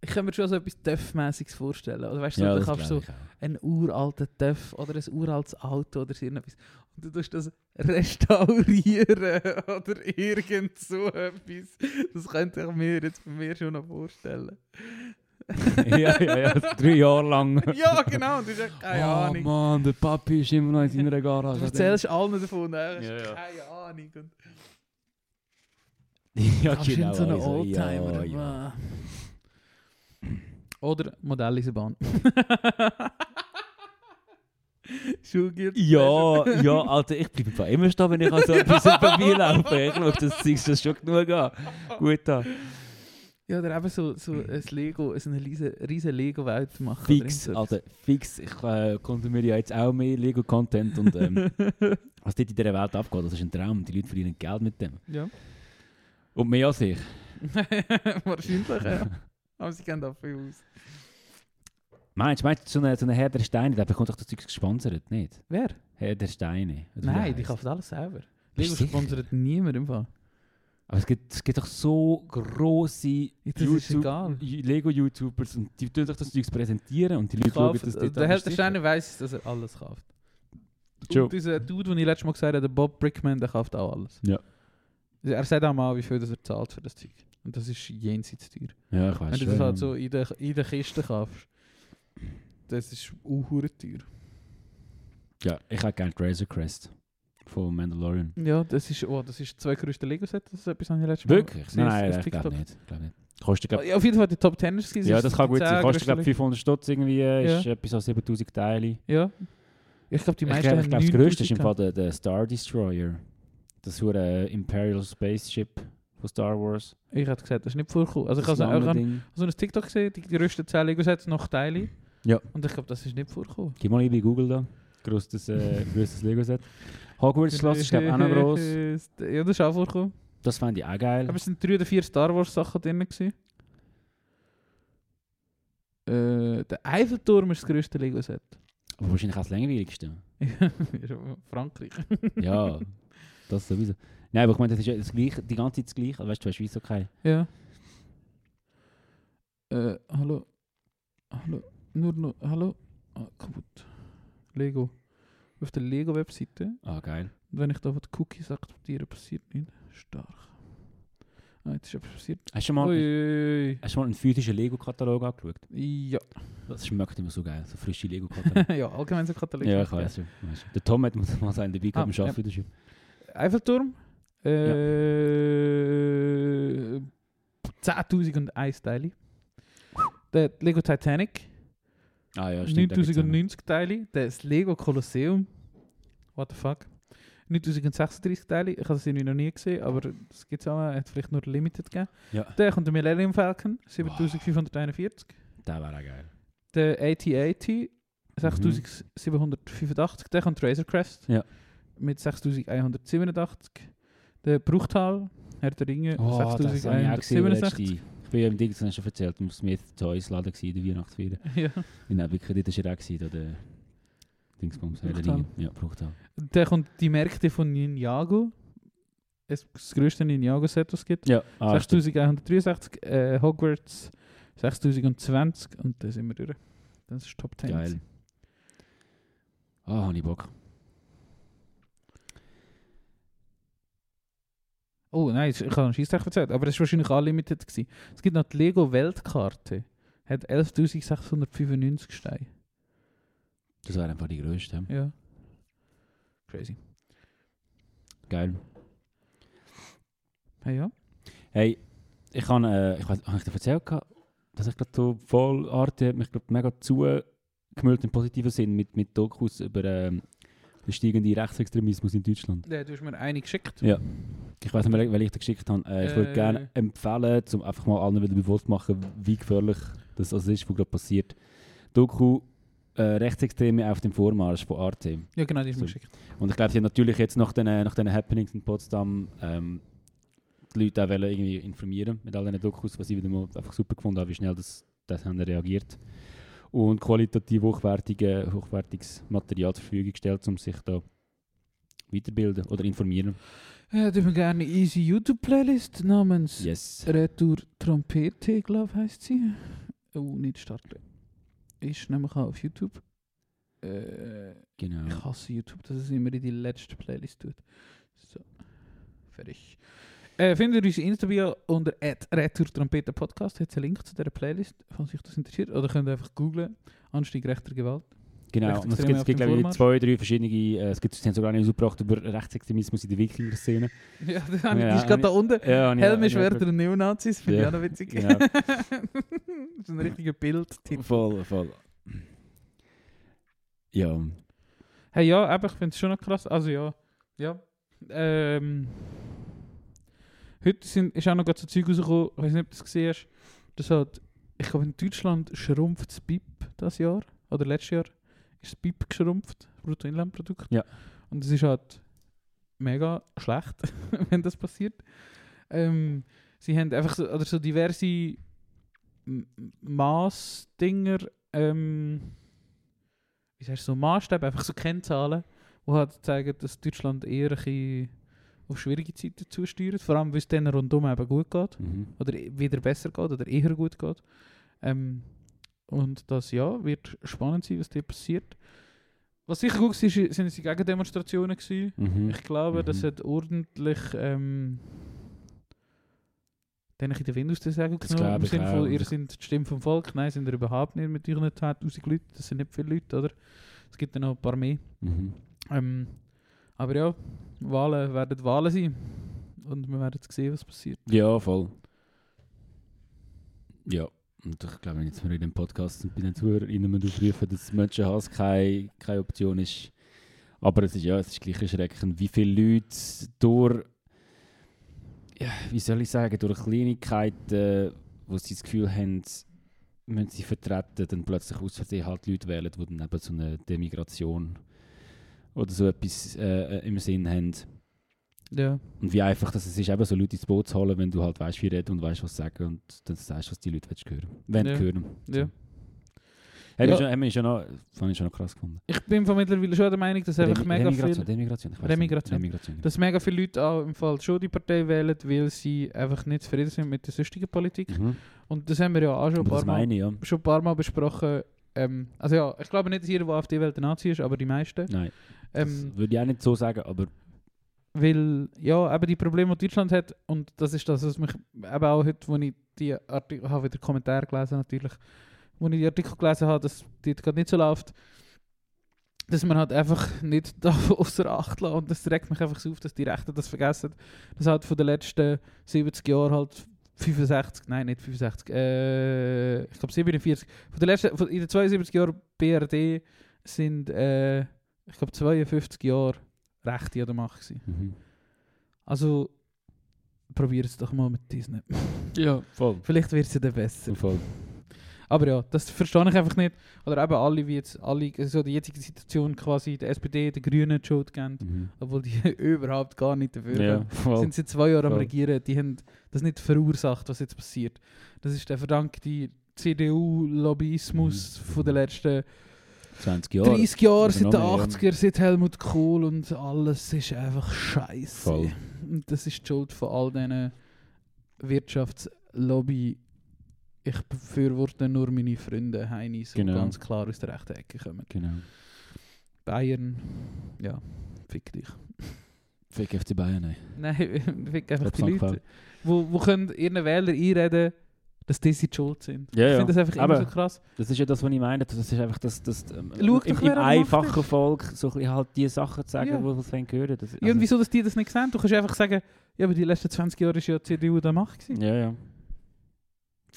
Ich kann mir schon so etwas Töff-mäßiges vorstellen. Oder weißt du, so, Ja, du das kannst so glaub ich auch. ein uralten Töff oder ein uraltes Auto oder so irgendetwas. Und du tust das restaurieren oder irgend so etwas. Das könnte ich mir jetzt bei mir schon noch vorstellen. ja, ja, ja, drei Jahre lang. ja, genau, Dus ah, du hast echt keine Oh Ahnung. Mann, der Papi ist immer noch in seiner Garage. Du erzählst allen davon, ne? Ja, ja. keine Ahnung. Und ja, Kannst du in genau. so einen also, Ja, Oldtimer. ja. ah. Oder Modelleisenbahn. Schulgiert. Ja, ja, Alter, ich bleibe bei immer stehen, wenn ich an so etwas vorbeilaufe. Ich schaue, das Zeug das schon genug an. Gut an. Ja, oder eben so, so ein Lego, so eine riesen, riesen Lego-Welt zu machen. oder Fix, irgend so Alter, fix. Ich äh, konsumiere ja jetzt auch mehr Lego-Content und ähm, etwas. was dort in dieser Welt abgeht, das ist ein Traum. Die Leute verdienen Geld mit dem. ja. Und mehr als ich. Wahrscheinlich, ja. Aber sie kennen dus. dafür aus. Meinst du, meinst du, so eine, so eine Herr der Steine, der bekommt doch das Zeug gesponsert, nicht? Wer? Herr der Steine. oder wie der Nein, die heisst. kaufen alles selber. Bist Lego du sicher? sponsert niemand im Fall. Aber es gibt, es gibt doch so grosse Das ist egal. Lego-YouTubers und die tun doch das Zeug präsentieren und die Leute schauen das dort der an, Herr der verstehst Steine weiss, dass er alles kauft. du? Joe. Und dieser Dude, den ich letztes Mal gesagt habe, der Bob Brickman, der kauft auch alles. Dus Ja. Er sagt auch mal, wie viel das er zahlt für das Zeug. Und das ist jenseits teuer. Ja, ich Wenn weiß du das schon. halt so in der, in der Kiste kaufst, das ist unhure teuer. Ja, ich hätte gerne Razor Crest von Mandalorian. Ja, das ist, oh, das ist zwei größte Lego-Set, das ist etwas, was ich letztes Mal Wirklich? gesehen Nein, habe, nein, auf ich glaube TikTok. Oh, nicht. Glaub nicht. Kostet, glaub, Ja, auf jeden Fall die Top Ten ist es. ja, das kann gut sein. Kostet, glaube 500 Stutz irgendwie. äh, Ja. Ist etwas als 7000 Teile. Ja. Ich glaube, die ich meisten glaube, ich glaub, das 9000 größte ist im Fall gehabt. der, der Star Destroyer. Das ist ein Imperial Spaceship von Star Wars. Ich hätte gesagt, das ist nicht vorgekommen. Also ich Das habe lange so- ich habe Ding. so ein TikTok gesehen, die, die rösten 10 Lego-Sets noch Teile. Ja. Und ich glaube, das ist nicht vorgekommen. Gib mal ein bei Google da. Größtes, äh, größtes Lego-Set. Hogwarts Schloss ist, glaube ich, auch noch gross. Ja, das ist auch vorgekommen. Das fände ich auch geil. Aber es sind drei oder vier Star Wars Sachen drin. Gewesen. Äh, der Eiffelturm ist das größte Lego-Set. Aber wahrscheinlich auch das langweiligste. Ist aber Frankreich. ja, das sowieso. Nein, aber ich meine, das ist ja das gleiche, die ganze Zeit das gleiche. Also, Weißt du, du hast wieso okay. Ja. Äh, hallo. Hallo. Nur noch. Hallo. Ah, kaputt. Lego. Auf der Lego-Webseite. Und Ah, geil. wenn ich da was Cookies akzeptiere, passiert nichts. Stark. Ah, jetzt ist etwas passiert. Hast du schon mal, Uiuiui. hast du mal einen physischen Lego-Katalog angeschaut? Ja. Das schmeckt immer so geil, so frische Lego-Katalog. ja, allgemein so Katalog. ja, ich weiß schon. weiss schon. Der Tom hat muss mal sein dabei Ah, gehabt, ja. ah, ja. Eiffelturm. Äh, 10.001 Teile. Der Lego Titanic. Ah ja, stimmt. da gibt's auch noch. 9090 Teile, das Lego Kolosseum. What the fuck? 9036 Teile, ich habe das irgendwie noch nie gesehen, aber das gibt es auch, hat vielleicht nur Limited gegeben. Ja, Dann kommt der Millennium Falcon, 7541. der wäre auch geil. Der AT-80, 6785. Dann kommt Razor Crest Mhm. Ja. mit 6187. Der Bruchtal, Herr der Ringe, Oh, das habe Äh, ich auch gesehen. letzte. 6167. Ich bin ja im Ding, das hast du schon erzählt, im Smith Toys Laden gewesen, in der Weihnachtsfeier. Ja. In Nebwicke, dort war er auch gewesen, oder Dingsbums, Herr der Bruchtal. Ringe. Ja, Bruchtal. Dann kommt die Märkte von Ninjago. Es- Das größte Ninjago-Set, das es gibt. Ja, ah, stimmt. 6163, äh, Hogwarts 6020 und da sind wir durch. Das ist Top 10. Geil. Ah, oh, habe ich Bock. Oh nein, ich habe einen Scheissdreck erzählt, aber das war wahrscheinlich unlimited. Gewesen. Es gibt noch die Lego Weltkarte. Hat 11.695 Steine. Das wäre einfach die größte. hä? Ja. Crazy. Geil. Hey, ja. Hey, ich kann, äh, ich weiß, habe ich dir erzählt, gehabt, dass ich gerade so voll Arte hat mich glaub, mega zugemüllt im positiven Sinn mit, mit Dokus über ähm, den steigenden Rechtsextremismus in Deutschland. ja. Du hast mir eine geschickt. Ja. Ich weiß nicht, weil ich dir geschickt habe. Äh, ich würde Äh. gerne empfehlen, um einfach mal allen wieder bewusst zu machen, wie gefährlich das alles ist, was gerade passiert. Doku äh, Rechtsextreme auf dem Vormarsch von Arte. Ja, genau, die ist mir So. geschickt. Und ich glaube, sie haben natürlich jetzt nach den, nach den Happenings in Potsdam ähm, die Leute auch wollen irgendwie informieren mit all diesen Dokus, was ich wieder mal einfach super gefunden habe, wie schnell das das haben wir reagiert. Und qualitativ hochwertige, hochwertiges Material zur Verfügung gestellt, um sich da weiterbilden oder informieren. Ja, hätten wir gerne eine easy YouTube-Playlist namens Yes. Retour Trompete, glaube ich, heisst sie. Oh, nicht starten. Ist nämlich auch auf YouTube. Äh, Genau. ich hasse YouTube, dass es immer in die letzte Playlist tut. So, fertig. Äh, findet ihr unsere Insta-Bio unter Retour Trompete Podcast. Hat einen Link zu dieser Playlist, falls euch das interessiert. Oder könnt ihr einfach googlen. Anstieg rechter Gewalt. genau. Und es gibt, Rechtsextreme es auf gibt dem glaube ich, Vormarsch. zwei, drei verschiedene. Äh, es gibt sie haben sogar eine ausgebracht über Rechtsextremismus in der Wikinger-Szene. Ja, das habe ich- Ja, die ist gerade habe da unten. Ja, habe ich- habe Helmischwerder und Neonazis, finde ich Ja, auch noch witzig. genau. das ist ein richtiger Bild. ich- Voll, voll. Ja. Hey, ja, aber ich finde es schon noch krass. Also ja, ja. Ähm, heute sind, ist auch noch gerade so Zeug rausgekommen, ich weiß nicht, ob du das gesehen hast. Das hat, ich glaube in Deutschland schrumpft das BIP das Jahr, oder letztes Jahr, ist das BIP geschrumpft, Bruttoinlandprodukt. Ja. Und das ist halt mega schlecht, wenn das passiert. Ähm, sie haben einfach so, oder so diverse M- Maßdinger, ähm, wie sagst du, so Maßstäbe, einfach so Kennzahlen, die halt zeigen, dass Deutschland eher ein bisschen auf schwierige Zeiten zusteuert, vor allem, weil es denen rundum eben gut geht, Mhm. oder e- wieder besser geht, oder eher gut geht. Ähm, und das, ja, wird spannend sein, was da passiert. Was sicher gut war, sind es die Gegendemonstrationen gewesen. Mhm. Ich glaube, das Mhm. hat ordentlich ähm, den ich in den Wind aus der Segel Das genommen. glaube Im ich Sinne auch. von, ihr seid die Stimme vom Volk. Nein, sind ihr überhaupt nicht mit ihren 10'000 Leuten. Das sind nicht viele Leute, oder? Es gibt ja noch ein paar mehr. Mhm. Ähm, aber ja, Wahlen werden Wahlen sein. Und wir werden sehen, was passiert. Ja, voll. Ja, und ich glaube, wenn jetzt wir in dem Podcast und bei den ZuhörerInnen müssen aufrufen, dass Menschenhass keine, keine Option ist. Aber es ist ja, es ist gleich erschreckend, wie viele Leute durch, ja, wie soll ich sagen, durch Kleinigkeiten, wo sie das Gefühl haben, müssen sie vertreten, dann plötzlich aus Versehen halt Leute wählen, die dann eben so eine Demigration oder so etwas äh, im Sinn haben. Ja. Und wie einfach dass es ist, eben so Leute ins Boot zu holen, wenn du halt weißt, wie reden und weißt, was sie sagen und dann sagst, was die Leute willst hören. Wenn Ja. hören. So. Ja. Hat Ja. mich schon, hat mich schon noch, fand ich schon noch krass gefunden. Ich bin von mittlerweile schon der Meinung, dass einfach Remi- mega viel... Remigration, Remigration, ich weiss nicht. Remigration. Remigration. Dass mega viele Leute auch im Fall schon die Partei wählen, weil sie einfach nicht zufrieden sind mit der sonstigen Politik. Mhm. Und das haben wir ja auch schon ein Aber paar das Mal meine ich, ja. schon ein paar Mal besprochen. Ähm, also ja, ich glaube nicht, dass jeder, der AfD wählt, ein Nazi ist, aber die meisten. Nein, Ähm, das würde ich auch nicht so sagen, aber weil, ja, eben die Probleme, die Deutschland hat, und das ist das, was mich eben auch heute, wo ich die Artikel, habe wieder Kommentare gelesen natürlich, wo ich die Artikel gelesen habe, dass die gerade nicht so läuft, dass man halt einfach nicht darf außer Acht lassen und das regt mich einfach so auf, dass die Rechten das vergessen, dass halt von den letzten 70 Jahren halt 65, nein, nicht 65, äh, ich glaube 47, von den letzten, von, in den 72 Jahren BRD sind, äh, ich glaube 52 Jahre Rechte an der Macht gewesen. mhm. Also, probier es doch mal mit Disney. ja, voll. Vielleicht wird es ja dann besser. voll. Aber ja, das verstehe ich einfach nicht. Oder eben alle, wie jetzt alle, so die jetzige Situation quasi, der SPD, die Grünen die Schuld geben, Mhm. obwohl die überhaupt gar nicht dafür Ja, haben. voll. sind seit zwei Jahren am Voll. Regieren, die haben das nicht verursacht, was jetzt passiert. Das ist der verdankte CDU-Lobbyismus Mhm. von den letzten 20 Jahre. 30 Jahren, oder seit noch den mehr, ja. 80er, seit Helmut Kohl und alles ist einfach scheiße. Voll. Und das ist die Schuld von all diesen Wirtschaftslobby. Ich befürworte nur meine Freunde Heinis, die Genau. ganz klar aus der rechten Ecke kommen. Genau. Bayern, ja, fick dich. Fick FC Bayern, nein. Nein, fick einfach Hat's die noch Leute. gefallen. Wo, wo können ihren Wähler einreden, dass die sie die schuld sind? Ja, ich ja. finde das einfach Aber- immer so krass. Das ist ja das, was ich meine. Das ist einfach das, das ähm, Schau doch, im, im wer am Macht einfachen Volk so ein bisschen halt die Sachen zu sagen, Ja. die sie wollen hören. Das, also, Ja, und wieso, dass die das nicht sehen? Du kannst einfach sagen, ja, aber die letzten 20 Jahre ist ja die CDU der Macht gewesen. ja, ja.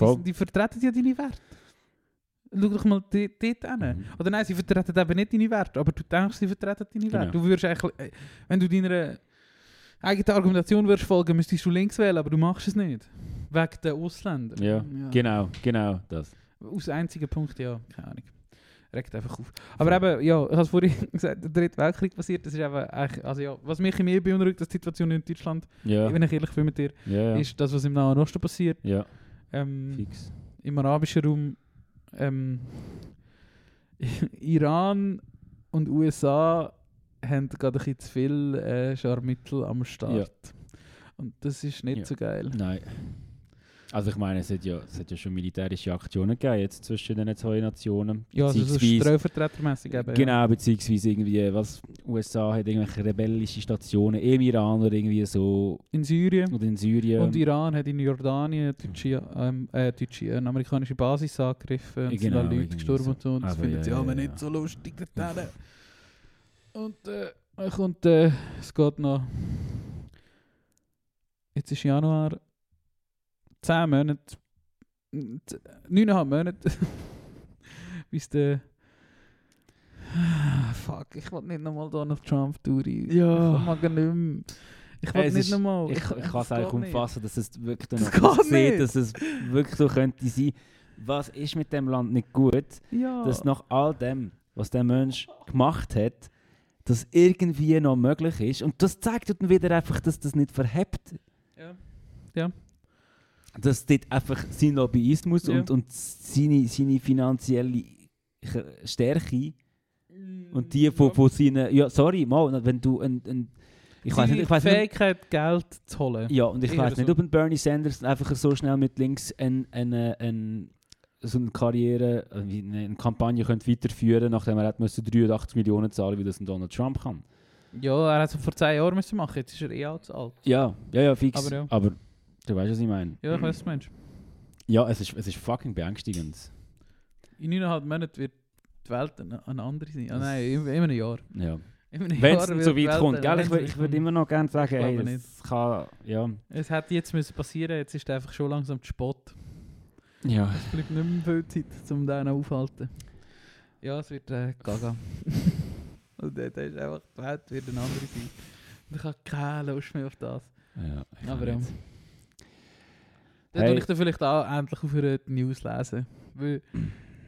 Die, die vertreten ja deine Werte. Schau doch mal di- dort hin. Mhm. Oder nein, sie vertreten eben nicht deine Werte, aber du denkst, sie vertreten deine Genau. Werte. Du würdest eigentlich, äh, wenn du deiner eigenen Argumentation würdest folgen, müsstest du links wählen, aber du machst es nicht. Wegen den Ausländern. Ja, Genau, genau das. Aus einzigen Punkt, ja, keine Ahnung. Regt einfach auf. Aber eben, ja, ich habe es vorhin gesagt, der dritte dus Weltkrieg passiert, das ist eben eigentlich, also ja, was mich mehr beunruhigt, ist die Situation in Deutschland, Ja, wenn ich ehrlich bin mit dir, ja, ja. ist das, was im Nahen Osten passiert. ja, Ähm, fix. im arabischen Raum ähm, Iran und USA haben gerade ein bisschen zu viel äh, Scharmützel am Start. Und das ist nicht Ja. so geil. Nein. Also ich meine, es hat ja, es hat ja schon militärische Aktionen gegeben jetzt zwischen den zwei Nationen. Ja, also so Beziehungsweise- stellvertretermässig eben. Ja. Genau, beziehungsweise irgendwie, was USA hat irgendwelche rebellische Stationen im Iran oder irgendwie so In Syrien. oder in Syrien. Und Iran hat in Jordanien deutsche, ähm, äh, deutsche, eine amerikanische Basis angegriffen und Genau, genau, sind da Leute irgendwie gestorben so. und so. Und das Also, finden ja, sie ja, aber ja. nicht so lustig dort hin. Und äh, dann kommt, äh, es geht noch. Jetzt ist Januar. Zehn Monate. z- Neuneinhalb Monate. Bis der. Ah, Fuck, ich will nicht nochmal Donald Trump durch. Ja. Ich mag ihn nicht mehr. Ich Äh, will es nicht ist- nochmal. ich ich kann es Oh, das eigentlich geht nicht. umfassen, dass es wirklich Das danach geht aussieht, nicht. dass es wirklich so könnte sein. Was ist mit dem Land nicht gut, Ja. dass nach all dem, was der Mensch gemacht hat, das irgendwie noch möglich ist. Und das zeigt dann wieder einfach, dass das nicht verhebt. Ja. dass dort einfach sein Lobbyismus Ja. und, und seine, seine finanzielle Ch- Stärke Mhm. und die von, von seinen. Ja, sorry, mal, wenn du ein. ein ich weiß nicht, ich weiß nicht. Fähigkeit, Geld zu holen. Ja, und ich Eher weiß nicht, so. ob ein Bernie Sanders einfach so schnell mit links ein, ein, äh, ein, so eine Karriere, äh, wie eine eine Kampagne könnte weiterführen nachdem er hat müssen 83 Millionen zahlen wie das ein Donald Trump kann. Ja, er hat es vor 10 Jahren müssen machen, jetzt ist er eh alt. alt. Ja, ja, ja, fix. Aber Aber, ja. du weißt, was ich meine. Ja, ich weiß, Mensch. Ja, es ist, es ist fucking beängstigend. In 9,5 Monaten wird die Welt eine, eine andere sein. Ah, nein, in, in einem Jahr. Ja. In einem Wenn Jahr es denn wird so die weit Welt kommt, eine- gell? Ich, wenn's wür- ich so weit würde immer noch gerne sagen, Ich hey, glaube das kann, ja. kommt. Es hätte jetzt müssen passieren jetzt ist einfach schon langsam zu spät. Ja. Es bleibt nicht mehr viel Zeit, um den aufhalten. Ja, es wird äh, gaga. Und dann ist einfach, die Welt wird eine andere sein. Und ich habe keine Lust mehr auf das. ich Aber weiß ja. nicht. Dann Hey. tue ich dann vielleicht auch endlich auf die News lesen. Weil,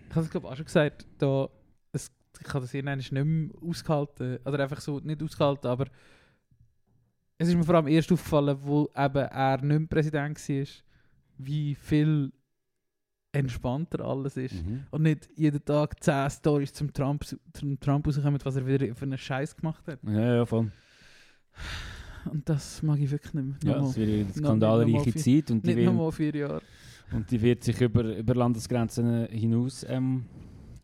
ich habe es glaube ich auch schon gesagt, da, es, ich habe das irgendwann nicht mehr ausgehalten. Oder einfach so, nicht ausgehalten, aber es ist mir vor allem erst aufgefallen, wo eben er nicht mehr Präsident war, wie viel entspannter alles ist. Mhm. Und nicht jeden Tag 10 Stories zum Trump, zum Trump rauskommen, was er wieder für einen Scheiß gemacht hat. Ja, ja, voll. Und das mag ich wirklich nicht mehr. Ja, Nochmal. es wird eine nochmal skandalreiche vier- Zeit und die, nicht will, nochmal vier Jahre. und die wird sich über, über Landesgrenzen hinaus ähm,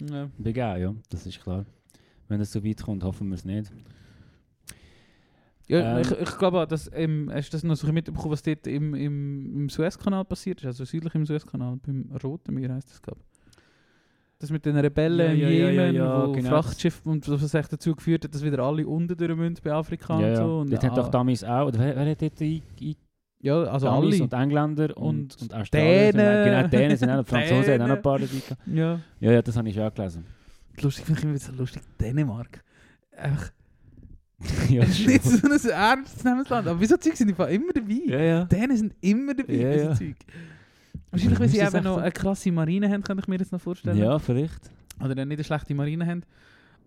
Ja. begeben, ja. Das ist klar. Wenn es so weit kommt, hoffen wir es nicht. Ja, Ähm. ich, ich glaube, auch, dass, ähm, hast du das noch so ein bisschen mitbekommen, was dort im, im, im Suezkanal passiert ist? Also südlich im Suezkanal, beim Roten Meer heisst das, glaube ich. Das mit den Ja, Rebellen ja, ja, im ja, Jemen, ja, wo genau. Frachtschiffe und was echt dazu geführt hat, dass wieder alle unten durch müssen bei Afrika ja, und ja. so. Und Dort hat doch ah, damals auch, oder wer, wer hat dort ein, ein, ja, also Amis alle. und Engländer und, Und und Australier? sind auch- Dänen. Genau, Dänen sind auch, die Franzosen haben auch noch Dänen. ein paar dabei gehabt. Ja. Ja, ja, das habe ich auch gelesen. Lustig finde ich immer so lustig, Dänemark. Einfach ja, es ist nicht so ein ernstes Land, aber wieso Zeug sind die Fall immer dabei? ja, ja. Dänen sind immer dabei, Ja, bei so ja. Zeug. Wahrscheinlich, weil Ist sie das eben echt noch so? eine krasse Marine haben, könnte ich mir das noch vorstellen. Ja, vielleicht. Oder dann nicht eine schlechte Marine haben.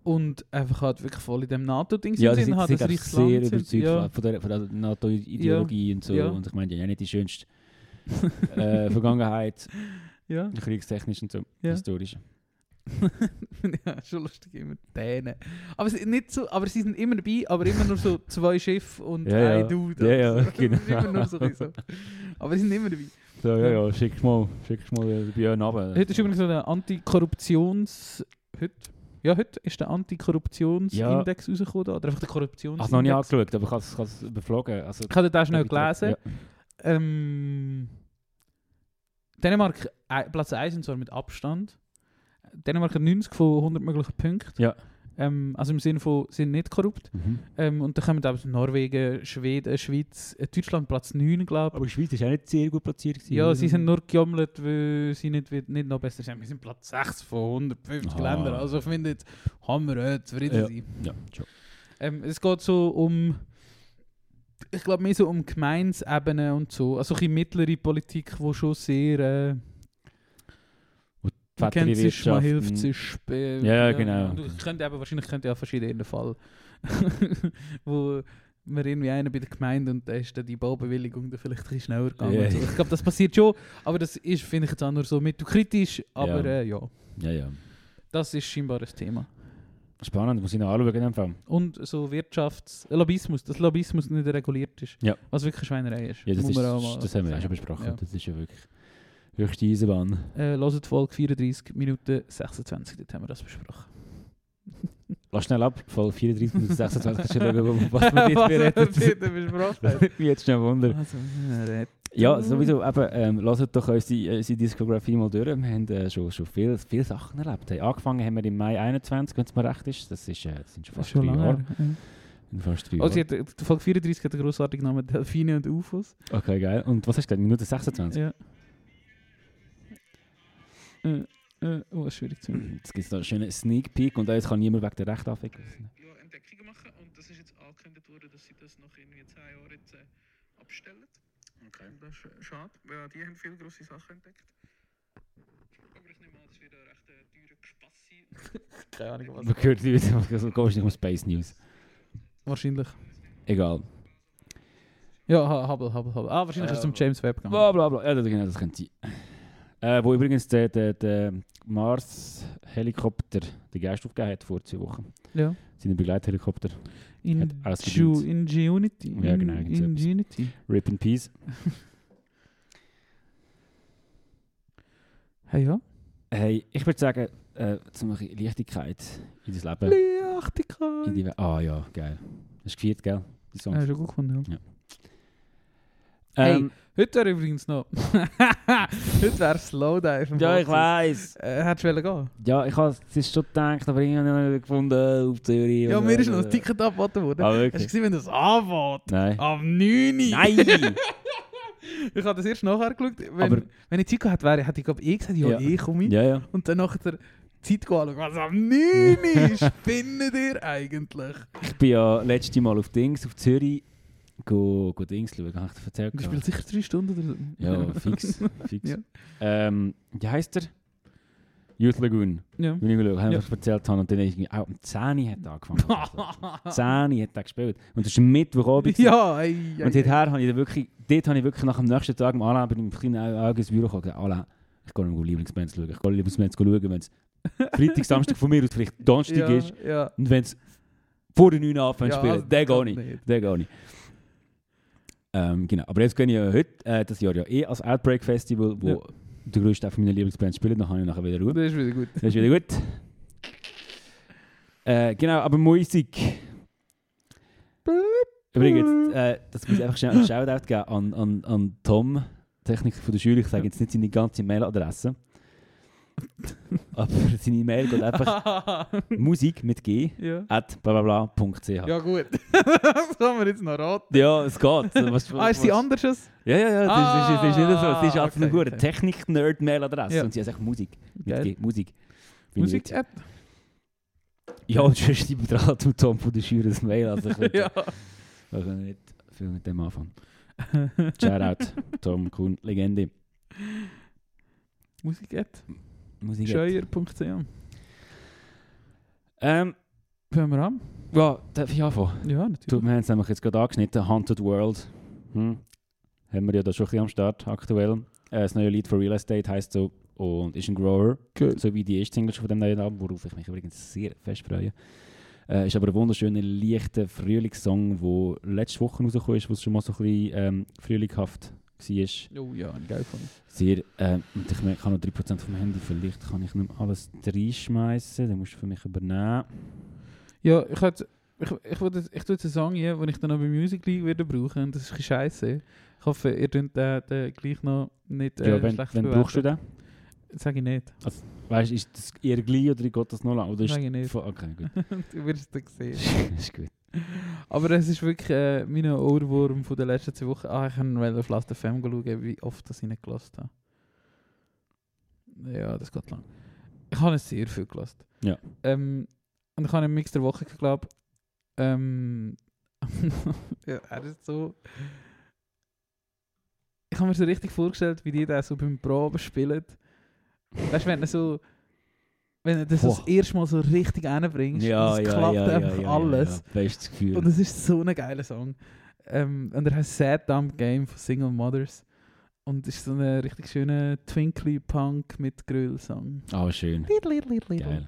Und einfach halt wirklich voll in dem NATO-Ding Ja, die sind, sind, halt sind ein glaub ich, reiches sehr Land überzeugt sind. Ja. von der, von der NATO-Ideologie und so. Ja. Und ich meine, die haben ja nicht die schönste äh, Vergangenheit, Ja. kriegstechnisch und so, Ja. historisch. ja, schon lustig, immer Dänen. Aber sie, nicht so, aber sie sind immer dabei, aber immer nur so zwei Schiffe und Ja, ein ja. Dude. Ja, ja, Also, das ist genau. Immer nur so, ein bisschen so. Aber sie sind immer dabei. So, ja, ja, schickst mal, schickst mal den Björn runter. Heute ist übrigens so der Antikorruptions... Heute? Ja, heute ist der Antikorruptionsindex rausgekommen. da. Oder einfach der Korruptionsindex. noch nicht angeschaut, aber ich kann es überflogen. Also, Ich habe das auch schnell Ja, gelesen. Ähm, Dänemark ei- Platz 1 und zwar mit Abstand. Dänemark hat 90 von 100 möglichen Punkten. Ja. Ähm, also im Sinne von, sie sind nicht korrupt. Mhm. Ähm, und dann kommen eben Norwegen, Schweden, Schweiz, äh, Deutschland Platz 9, glaube Aber die Schweiz ist auch nicht sehr gut platziert. ich. Ja, sie sind nur gejommelt, weil sie nicht, wi- nicht noch besser sind. Wir sind Platz 6 von 150 Ah. Ländern. Also ich finde jetzt, haben wir äh, zufrieden Ja. sein. Ja, schon. Ähm, es geht so um, ich glaube mehr so um Gemeinsebene und so. Also ein bisschen mittlere Politik, wo schon sehr, äh, man kennt sich, man hilft sich. Äh, hm. Ja, ja, genau. Und ich könnte eben, wahrscheinlich könnte ja verschiedene Fall, wo wir irgendwie einen bei der Gemeinde und da ist dann die Baubewilligung dann vielleicht ein bisschen schneller gegangen. Ja. und So. Ich glaube, das passiert schon, aber das ist, finde ich jetzt auch nur so mit kritisch, aber Ja. Äh, ja, Ja, ja. das ist scheinbar ein Thema. Spannend, muss ich noch anschauen in dem Fall. Und so Wirtschafts-, Lobbyismus, dass Lobbyismus nicht reguliert ist. Ja. Was wirklich Schweinerei ist. Ja, das, muss ist, man auch mal das haben wir ja sagen. schon besprochen. Ja. Das ist ja wirklich höchste Eisenbahn. Äh, hört Folge 34 Minuten 26, dort haben wir das besprochen. Lass schnell ab, Folge 34 Minuten 26 schon schauen, was wir jetzt wir bereden. dort besprochen Das haben. würde mich jetzt schnell wundern. Also, wir reden. Ja, sowieso, eben, ähm, lasst doch unsere, unsere Diskografie mal durch. Wir haben äh, schon, schon viele viel Sachen erlebt. Hey, angefangen haben wir im Mai 21, wenn es mir recht ist. Das, ist, äh, das sind schon Das fast ist schon drei lange Jahre. her. Ja. Fast drei Also, Jahre. sie hat, die Folge 34 hat den grossartigen Namen Delfine und UFOs. Okay, geil. Und was hast du gesagt? Minute 26? Ja. Äh, äh, oh, das ist schwierig zu machen. Jetzt gibt es noch einen schönen Sneak Peek und jetzt kann niemand wegen der Recht anfangen. ja, Entdeckungen machen und das ist jetzt angekündigt worden, dass sie das nach irgendwie 10 Jahren jetzt äh, abstellen. Okay. Und das ist äh, schade, weil ja, die haben viele grosse Sachen entdeckt. Aber ich nehme an, das wird ein recht äh, teurer Gespass sein. Keine Ahnung, Man hört nicht, es geht nicht um Space News. Wahrscheinlich. Egal. Ja, Ha- Hubble, Hubble, Hubble. Ah, wahrscheinlich ist Äh, es zum James Webb gegangen. Bla bla bla. Ja, das, genau, das könnte sein. Äh, wo übrigens der, der, der Mars-Helikopter den Geist aufgegeben hat vor zwei Wochen. Ja. Seinen Begleithelikopter. In, Hat ausgedient. Ju- in Unity. Ja, genau, In, gibt's in etwas. Unity. Rip in Peace. Hey, Ah, ja. Hey, ich würde sagen, äh, zum ein bisschen Leichtigkeit in das Leben. In Leichtigkeit. die We- ah ja, geil. Hast du gefeiert, gell? Die Songs. Ja, schon gut gefunden, ja. Ähm, Heute wäre übrigens noch... Heute wäre Slowdive. im ja, ich Podcast. weiß. Äh, hättest du wollen gehen? Ja, ich habe es schon gedacht, aber ich habe noch nicht gefunden auf Zürich. Ja, Und, mir ist noch äh, ein Ticket angeboten worden. Ah, Hast du wirklich? gesehen, Ah, wenn das anfängt? Nein. Am 9. Uhr. Nein! Ich habe das erst nachher geschaut. Wenn, Aber- wenn ich Zeit gehabt wäre, hätte ich glaube ich gesagt, ja, Ja. ich komme. ja, ja. Und dann nachher die Zeit anschauen. Was am 9. Uhr? Spinnen ihr eigentlich? Ich bin ja letztes Mal auf Dings, auf Zürich, go, go Dings schauen, habe ich dir erzählt. Du spielst sicher drei Stunden oder so. Ja, fix. fix. Ja. Ähm, wie heisst er? Youth Lagoon. ja. Wenn ich geschaut habe, Ja. was ich erzählt habe, und dann irgendwie auch um 10 Uhr hat er angefangen. Also, ja. 10 Uhr hat er gespielt. Und das war Mittwochabend. gewesen. Ah. ja, ey, ey, Und seither habe ich dann wirklich, dort habe ich wirklich nach dem nächsten Tag im Alain, bin ich mit kleinen Augen ins Büro gekommen und gesagt, Alain, ich gehe nicht mehr Lieblingsbands schauen. Ich gehe Lieblingsbands schauen, wenn es Freitag, Samstag von mir aus vielleicht Donnerstag ja, ist. Ja. Und wenn es vor der 9 Uhr anfängt Ja, zu spielen, also dann das gehe ich. geht nicht. Der gar nicht. Ähm, genau. Aber jetzt gehe ich ja heute, äh, das Jahr ja eh als Outbreak Festival, wo Ja. der größte Teil von meiner Lieblingsband spielt, dann habe ich nachher wieder Ruhe. Das ist wieder gut. Das ist wieder gut. Äh, genau, aber Musik. Übrigens, äh, das muss ich einfach schnell ein Shoutout geben an, an, an Tom, Techniker von der Schule. Ich sage jetzt nicht seine ganze Mailadresse. aber seine Mail geht einfach Musik mit G ja. at blablabla.ch. Ja. ja, gut. das kann man jetzt noch raten. es geht. Was, Ah, ist die was- anders? als- Ja, ja, ja, das ist, das ist, das ist nicht so. Es ist Ah, einfach eine okay, gute okay. Technik-Nerd-Mail-Adresse Ja. und sie hat echt Musik. Mit Geil. G, Musik. Bin ich Musik-App. jetzt- Ja, und sonst schreibe ich dran zum Tom von der Schür ein Mail. Also ich will, Ja. wir können nicht viel mit dem anfangen. Shoutout, Tom Kuhn, Legende. Musik-App. Musik. Scheuer.ch. Ähm, Fangen wir an? ja, darf ich anfangen? Ja, Du, natürlich. wir haben es nämlich jetzt gerade angeschnitten, Haunted World. Hm. Haben wir ja da schon ein bisschen am Start aktuell. Äh, das neue Lied für Real Estate heisst so und ist ein Grower. Cool. So wie die erste Single schon von dem neuen Album, worauf ich mich übrigens sehr fest freue. Äh, ist aber ein wunderschöner, leichter Frühlingssong, der letzte Woche rausgekommen ist, wo es schon mal so ein bisschen ähm, frühlinghaft war. Oh ja, ein geil von. Sehr, ähm, und ich merke, ich habe noch 3% vom Handy, vielleicht kann ich nicht mehr alles reinschmeißen, dann musst du für mich übernehmen. Ja, ich hätte. Ich, ich, würde, ich tue jetzt einen Song hier, den ich dann noch bei Music League werde brauchen. Und das ist scheiße. Ich hoffe, ihr könnt den, den gleich noch nicht äh, ja, wenn, schlecht wenn brauchst du den? Sag ich nicht. Weißt du, ist das eher gleich oder geht das noch lang? Oder ist Nein, nicht. Fu- Okay, gut. du wirst es sehen. ist gut. Aber es ist wirklich äh, mein Ohrwurm von der letzten zwei Wochen. Ah, ich kann mal auf Last FM schauen, wie oft das ich nicht gelassen habe. Ja, das geht lang. Ich habe es sehr viel gelassen. Ja. Ähm, und ich habe im Mix der Woche geglaubt. Ähm, ja, er ist so. Ich habe mir so richtig vorgestellt, wie die da so beim Proben spielen. Weißt du, wenn er so Wenn du das Boah. das erste Mal so richtig reinbringst, Ja, und es ja, klappt ja, einfach ja, ja, alles. Ja, bestes Gefühl. Und das ist so ein geiler Song. Ähm, und er heißt Sad Dumb Game von Single Mothers. Und ist so ein richtig schöner Twinkly Punk mit Grill-Song. Ah, schön. Geil. Geil.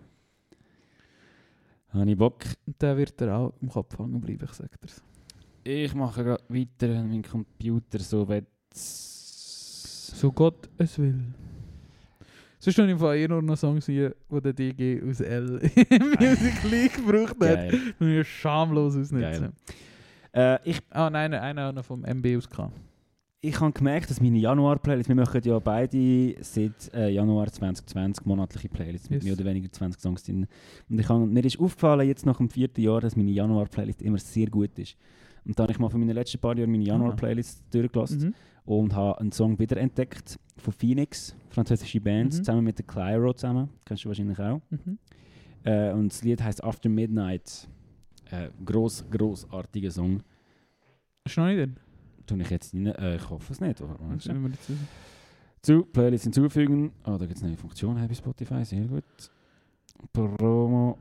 Habe ich Bock? Und der wird er auch im Kopf hängen bleiben, ich sag dir's. Ich mache gerade weiter, wenn mein Computer so wett. So Gott es will. Sonst habe ich im Fall eh nur noch Songs hier, wo der DG aus L in Music League gebraucht hat. Geil. Und ich schamlos ausnutzen. Äh, ich Ah, nein, einer auch noch vom MB aus kam. ich habe gemerkt, dass meine Januar-Playlists, wir machen ja beide seit äh, Januar 2020 monatliche Playlists mit Yes. mehr oder weniger 20 Songs drin. Und ich habe, mir ist aufgefallen, jetzt nach dem vierten Jahr, dass meine Januar-Playlist immer sehr gut ist. Und dann habe ich mal von meinen letzten paar Jahren meine Januar-Playlist durchgelassen Mhm. und habe einen Song wiederentdeckt von Phoenix, französische Band, Mhm. zusammen mit der Clyro zusammen. Kennst du wahrscheinlich auch. Mhm. Äh, und das Lied heißt After Midnight. Äh, gross, grossartiger Song. Hast du noch nicht den? Tun ich jetzt nicht, äh, ich hoffe es nicht. aber- Hast du nicht mehr dazu? Zu Playlist hinzufügen. Ah, da gibt es eine neue Funktion hey, bei Spotify, sehr gut. Promo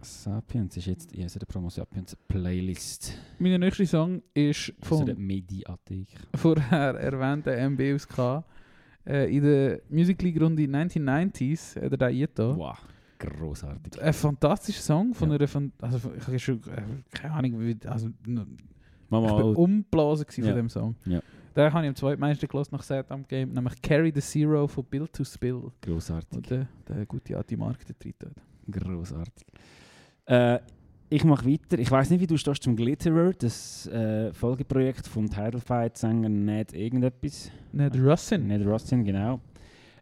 Sapiens ist jetzt in unserer Promo Sapiens Playlist. Mein nächster Song ist Von vom unserer Mediathek. vorher erwähnten MB aus K. Äh, in der Music League Runde 1990s hat er da eingetan. Wow, grossartig. Ein fantastischer Song von Ja. einer von, also von- ich habe schon äh, keine Ahnung wie also n- ich Mama, bin oh, umblasen gewesen Ja. von dem Song. Ja. Da habe ich am zweitmeisten gehört nach Setup Game, nämlich Carry the Zero von Bill to Spill. eh, Und grossartig. der, der gute alte Mark der dritte. Grossartig. Äh, ich mache weiter. Ich weiß nicht, wie du stehst zum Glitterer, das äh, Folgeprojekt vom Title Fight Sänger Ned irgendetwas. Ned Russin. Ned Rustin, genau.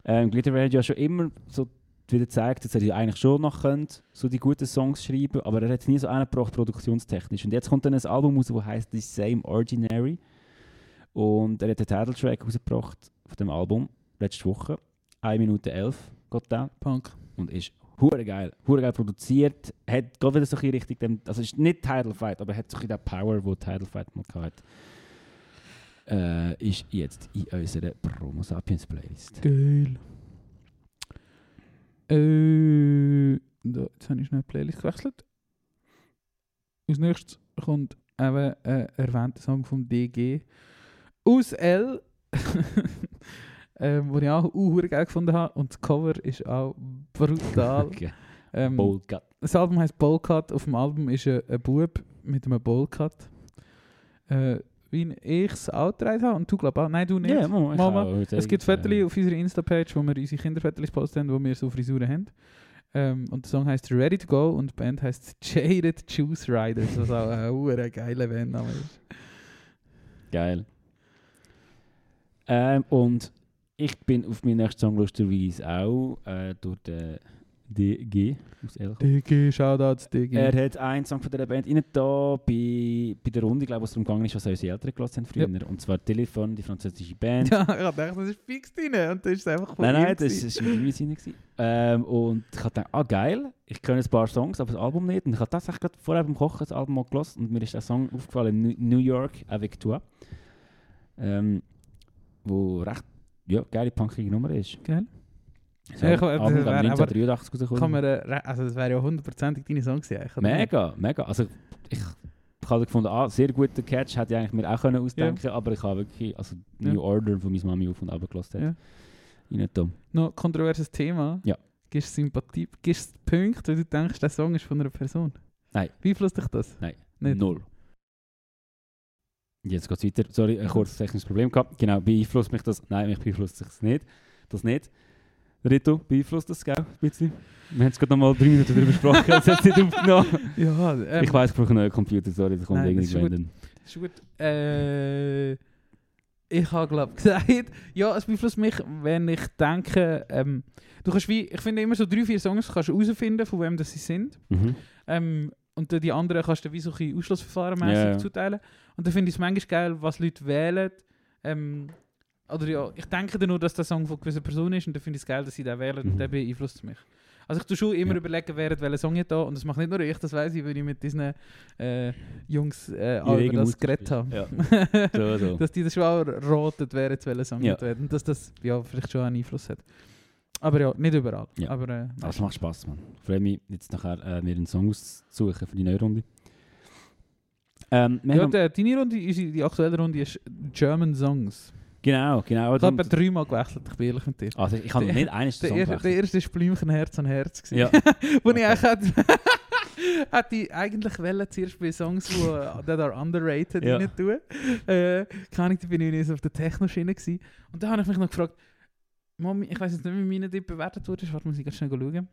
Ähm, Glitterer hat ja schon immer so wieder gezeigt, dass er ja eigentlich schon noch könnte, so die guten Songs schreiben, aber er hat es nie so angebracht, produktionstechnisch. Und jetzt kommt dann ein Album raus, das heißt The Same Ordinary. Und er hat den Titeltrack rausgebracht von dem Album, letzte Woche. 1 Minute 11, Gott da. Punk. Und ist hure geil, hure geil produziert. Hat gerade wieder so ein bisschen richtig, dem, also ist nicht Title Fight, aber hat so ein bisschen den Power, wo Title Fight mal hatte. Äh, ist jetzt in unserer Promo Sapiens Playlist. Geil. Äh, da, jetzt habe ich schnell die Playlist gewechselt. Als nächstes kommt eben äh, erwähnter Song vom DG. Aus L. ähm, wo ich auch uh, geil gefunden habe. Und das Cover ist auch brutal. Okay. ähm, Bold Gut. das Album heißt Bowcut. Auf dem Album eh, ist ein, ein Bub mit einem Bowcut. Äh, wie ich es auch getragen habe. Und du glaubst auch. Nein, du nicht. Ja, Mama, ich Mama, auch. Es gibt Fotos auf unserer Insta-Page, wo wir unsere Kinderfotos gepostet haben, wo wir so Frisuren haben. Ähm, und der Song heißt Ready to Go und die Band heißt Jaded Juice Riders, was auch ein hure geiler Bandname ist. Geil. Ähm, und ich bin auf meinen nächsten Song lustigerweise auch äh, durch den DG aus Elch. Digi, Shoutouts, Digi. Er hat einen Song von dieser Band rein da bei, bei der Runde, glaube ich, wo es darum gegangen ist, was unsere Eltern gelassen haben früher. Und zwar Telefon, die französische Band. ja, ich hab gedacht, das ist fix drin und das ist einfach von nein, ihm nein, das gewesen. war in meinem Sinne. gewesen. Ähm, und ich habe gedacht, ah geil, ich kenne ein paar Songs, aber das Album nicht. Und ich habe tatsächlich gerade vorher beim Kochen das Album mal gelassen und mir ist der Song aufgefallen, New- New York avec toi. Ähm, wo recht, ja, geile punkige Nummer ist. Geil. Das Ja, ich- äh, Album, das glaub, wär- 1983 rausgekommen. Kann man, äh, re- also das wäre ja hundertprozentig dein Song gewesen. Ich hab gedacht, Mega, mega. Also ich, ich habe gefunden, ah, sehr guter Catch, hätte ich eigentlich mir auch können ausdenken können, aber ich habe wirklich, also New Ja. Order von meiner Mami auf und runter gelassen hat. Ja. Nicht dumm. Noch ein kontroverses Thema. Ja. Gibst du Sympathie, gibst du Punkte, weil du denkst, der Song ist von einer Person? Nein. Wie flusst dich das? Nein. Nicht? Null. Jetzt geht's weiter. Sorry, ein kurzes technisches Problem gehabt. Genau, beeinflusst mich das? Nein, mich beeinflusst es nicht. Das nicht. Rito, beeinflusst das, gell? Ein bisschen. Wir haben es gerade nochmal drei Minuten darüber gesprochen, es hat nicht aufgenommen. Ja, ähm, ich weiß, ich brauche einen neuen Computer, sorry, das kommt Nein, das irgendwie ist gut. wenden. Ist gut. Äh, ich habe glaube gesagt, ja, es beeinflusst mich, wenn ich denke, ähm, du kannst wie, ich finde immer so drei, vier Songs kannst du herausfinden, von wem das sie sind. Mhm. Ähm, und dann die anderen kannst du wie so ein bisschen ausschlussverfahrenmässig Ja, ja. zuteilen. Und dann finde ich es manchmal geil, was Leute wählen. Ähm, oder ja, ich denke dann nur, dass der Song von gewisser Person ist und dann finde ich es geil, dass sie den wählen und Mhm. der beeinflusst es mich. Also ich tue schon immer Ja. überlegen, wer hat welchen Song ich da und das macht nicht nur ich, das weiß ich, weil ich mit diesen äh, Jungs äh, auch über Jürgen das Mutter geredet habe. Ja. So, so. dass die das schon auch rotet, wer jetzt welchen Song Ja. ja. hat. Und dass das ja, vielleicht schon einen Einfluss hat. Aber ja, nicht überall. Ja. Also Aber äh, Aber es Ah, macht Spass, Mann. Ich freue mich, jetzt nachher äh, mir einen Song auszusuchen für die neue Runde. Ähm, wir ja, haben- die, deine Runde, unsere- die aktuelle Runde ist German Songs. genau, genau. Ich habe etwa dreimal gewechselt, ich bin ehrlich mit dir. also ich habe noch Der- nicht einen Song Der, er, der gewechselt. erste ist Blümchen Herz an Herz. gewesen. Ja, Wo Okay. ich eigentlich hätte, hätte ich eigentlich wollen, zuerst bei Songs, die äh, that are underrated Ja. ja. rein tun. Äh, keine Ahnung, da bin ich nicht auf der Techno-Schiene. gewesen. Und da habe ich mich noch gefragt, Mami, ich weiß jetzt nicht, wie meine dort bewertet wurde, warte, muss ich ganz schnell schauen.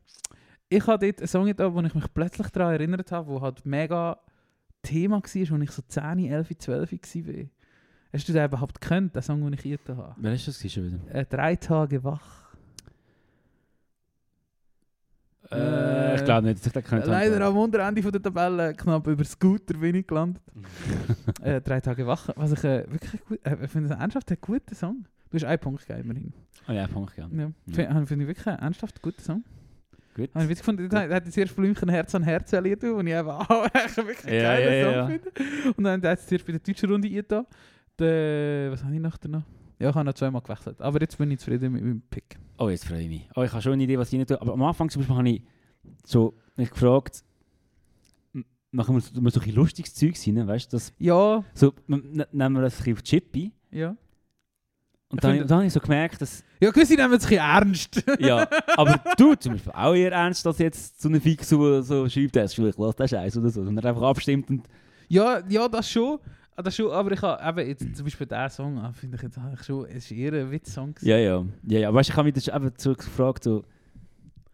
Ich habe dort einen Song da, wo ich mich plötzlich daran erinnert habe, wo halt mega Thema war, als ich so 10, 11, 12 war. Hast du den überhaupt gekannt, den Song, den ich hier habe? wer ist das gewesen schon wieder? Äh, drei Tage wach. Äh, Äh, ich glaube nicht, dass ich das könnte. Leider am Unterende von der Tabelle knapp über Scooter bin ich gelandet. Mhm. äh, drei Tage wach. Was ich äh, wirklich gut. Äh, ich finde es ernsthaft ein guter Song. Du hast einen Punkt gegeben, immerhin. Oh ja, fang ich gerne. Ja. Finde find ich wirklich einen ernsthaft guten Song. Gut. Habe ich witzig gefunden, da hat jetzt erst Blümchen Herz an Herz erlebt, wo ich eben auch echt wirklich einen Ja, geilen ja, Song ja. finde. Und dann hat es zuerst bei der deutschen Runde eingetan. Der- Was habe ich nachher noch? Ja, ich habe noch zweimal gewechselt. Aber jetzt bin ich zufrieden mit meinem Pick. Oh, jetzt freue ich mich. Oh, ich habe schon eine Idee, was ich nicht tue. Aber am Anfang zum Beispiel habe ich so, mich gefragt, m- machen wir so, mal so ein bisschen lustiges Zeug rein, weißt du? das- Ja, So, n- n- nehmen wir das ein bisschen auf Chippy. ja. Und Ich dann, finde- dann habe ich so gemerkt, dass. Ja, gewisse nehmen es ein bisschen ernst. Ja, aber du zum Beispiel auch eher ernst, dass jetzt so eine Fix so, so schreibt, das ist vielleicht, lass den Scheiß oder so. Sondern einfach abstimmt und. Ja, ja, das schon. Ah, Das schon, aber ich habe eben jetzt zum Beispiel diesen Song, ah, finde ich jetzt eigentlich schon, es ist eher ein Witzsong. gewesen. Ja, ja. Ja, ja. Weißt du, ich habe mich dann eben so gefragt, so.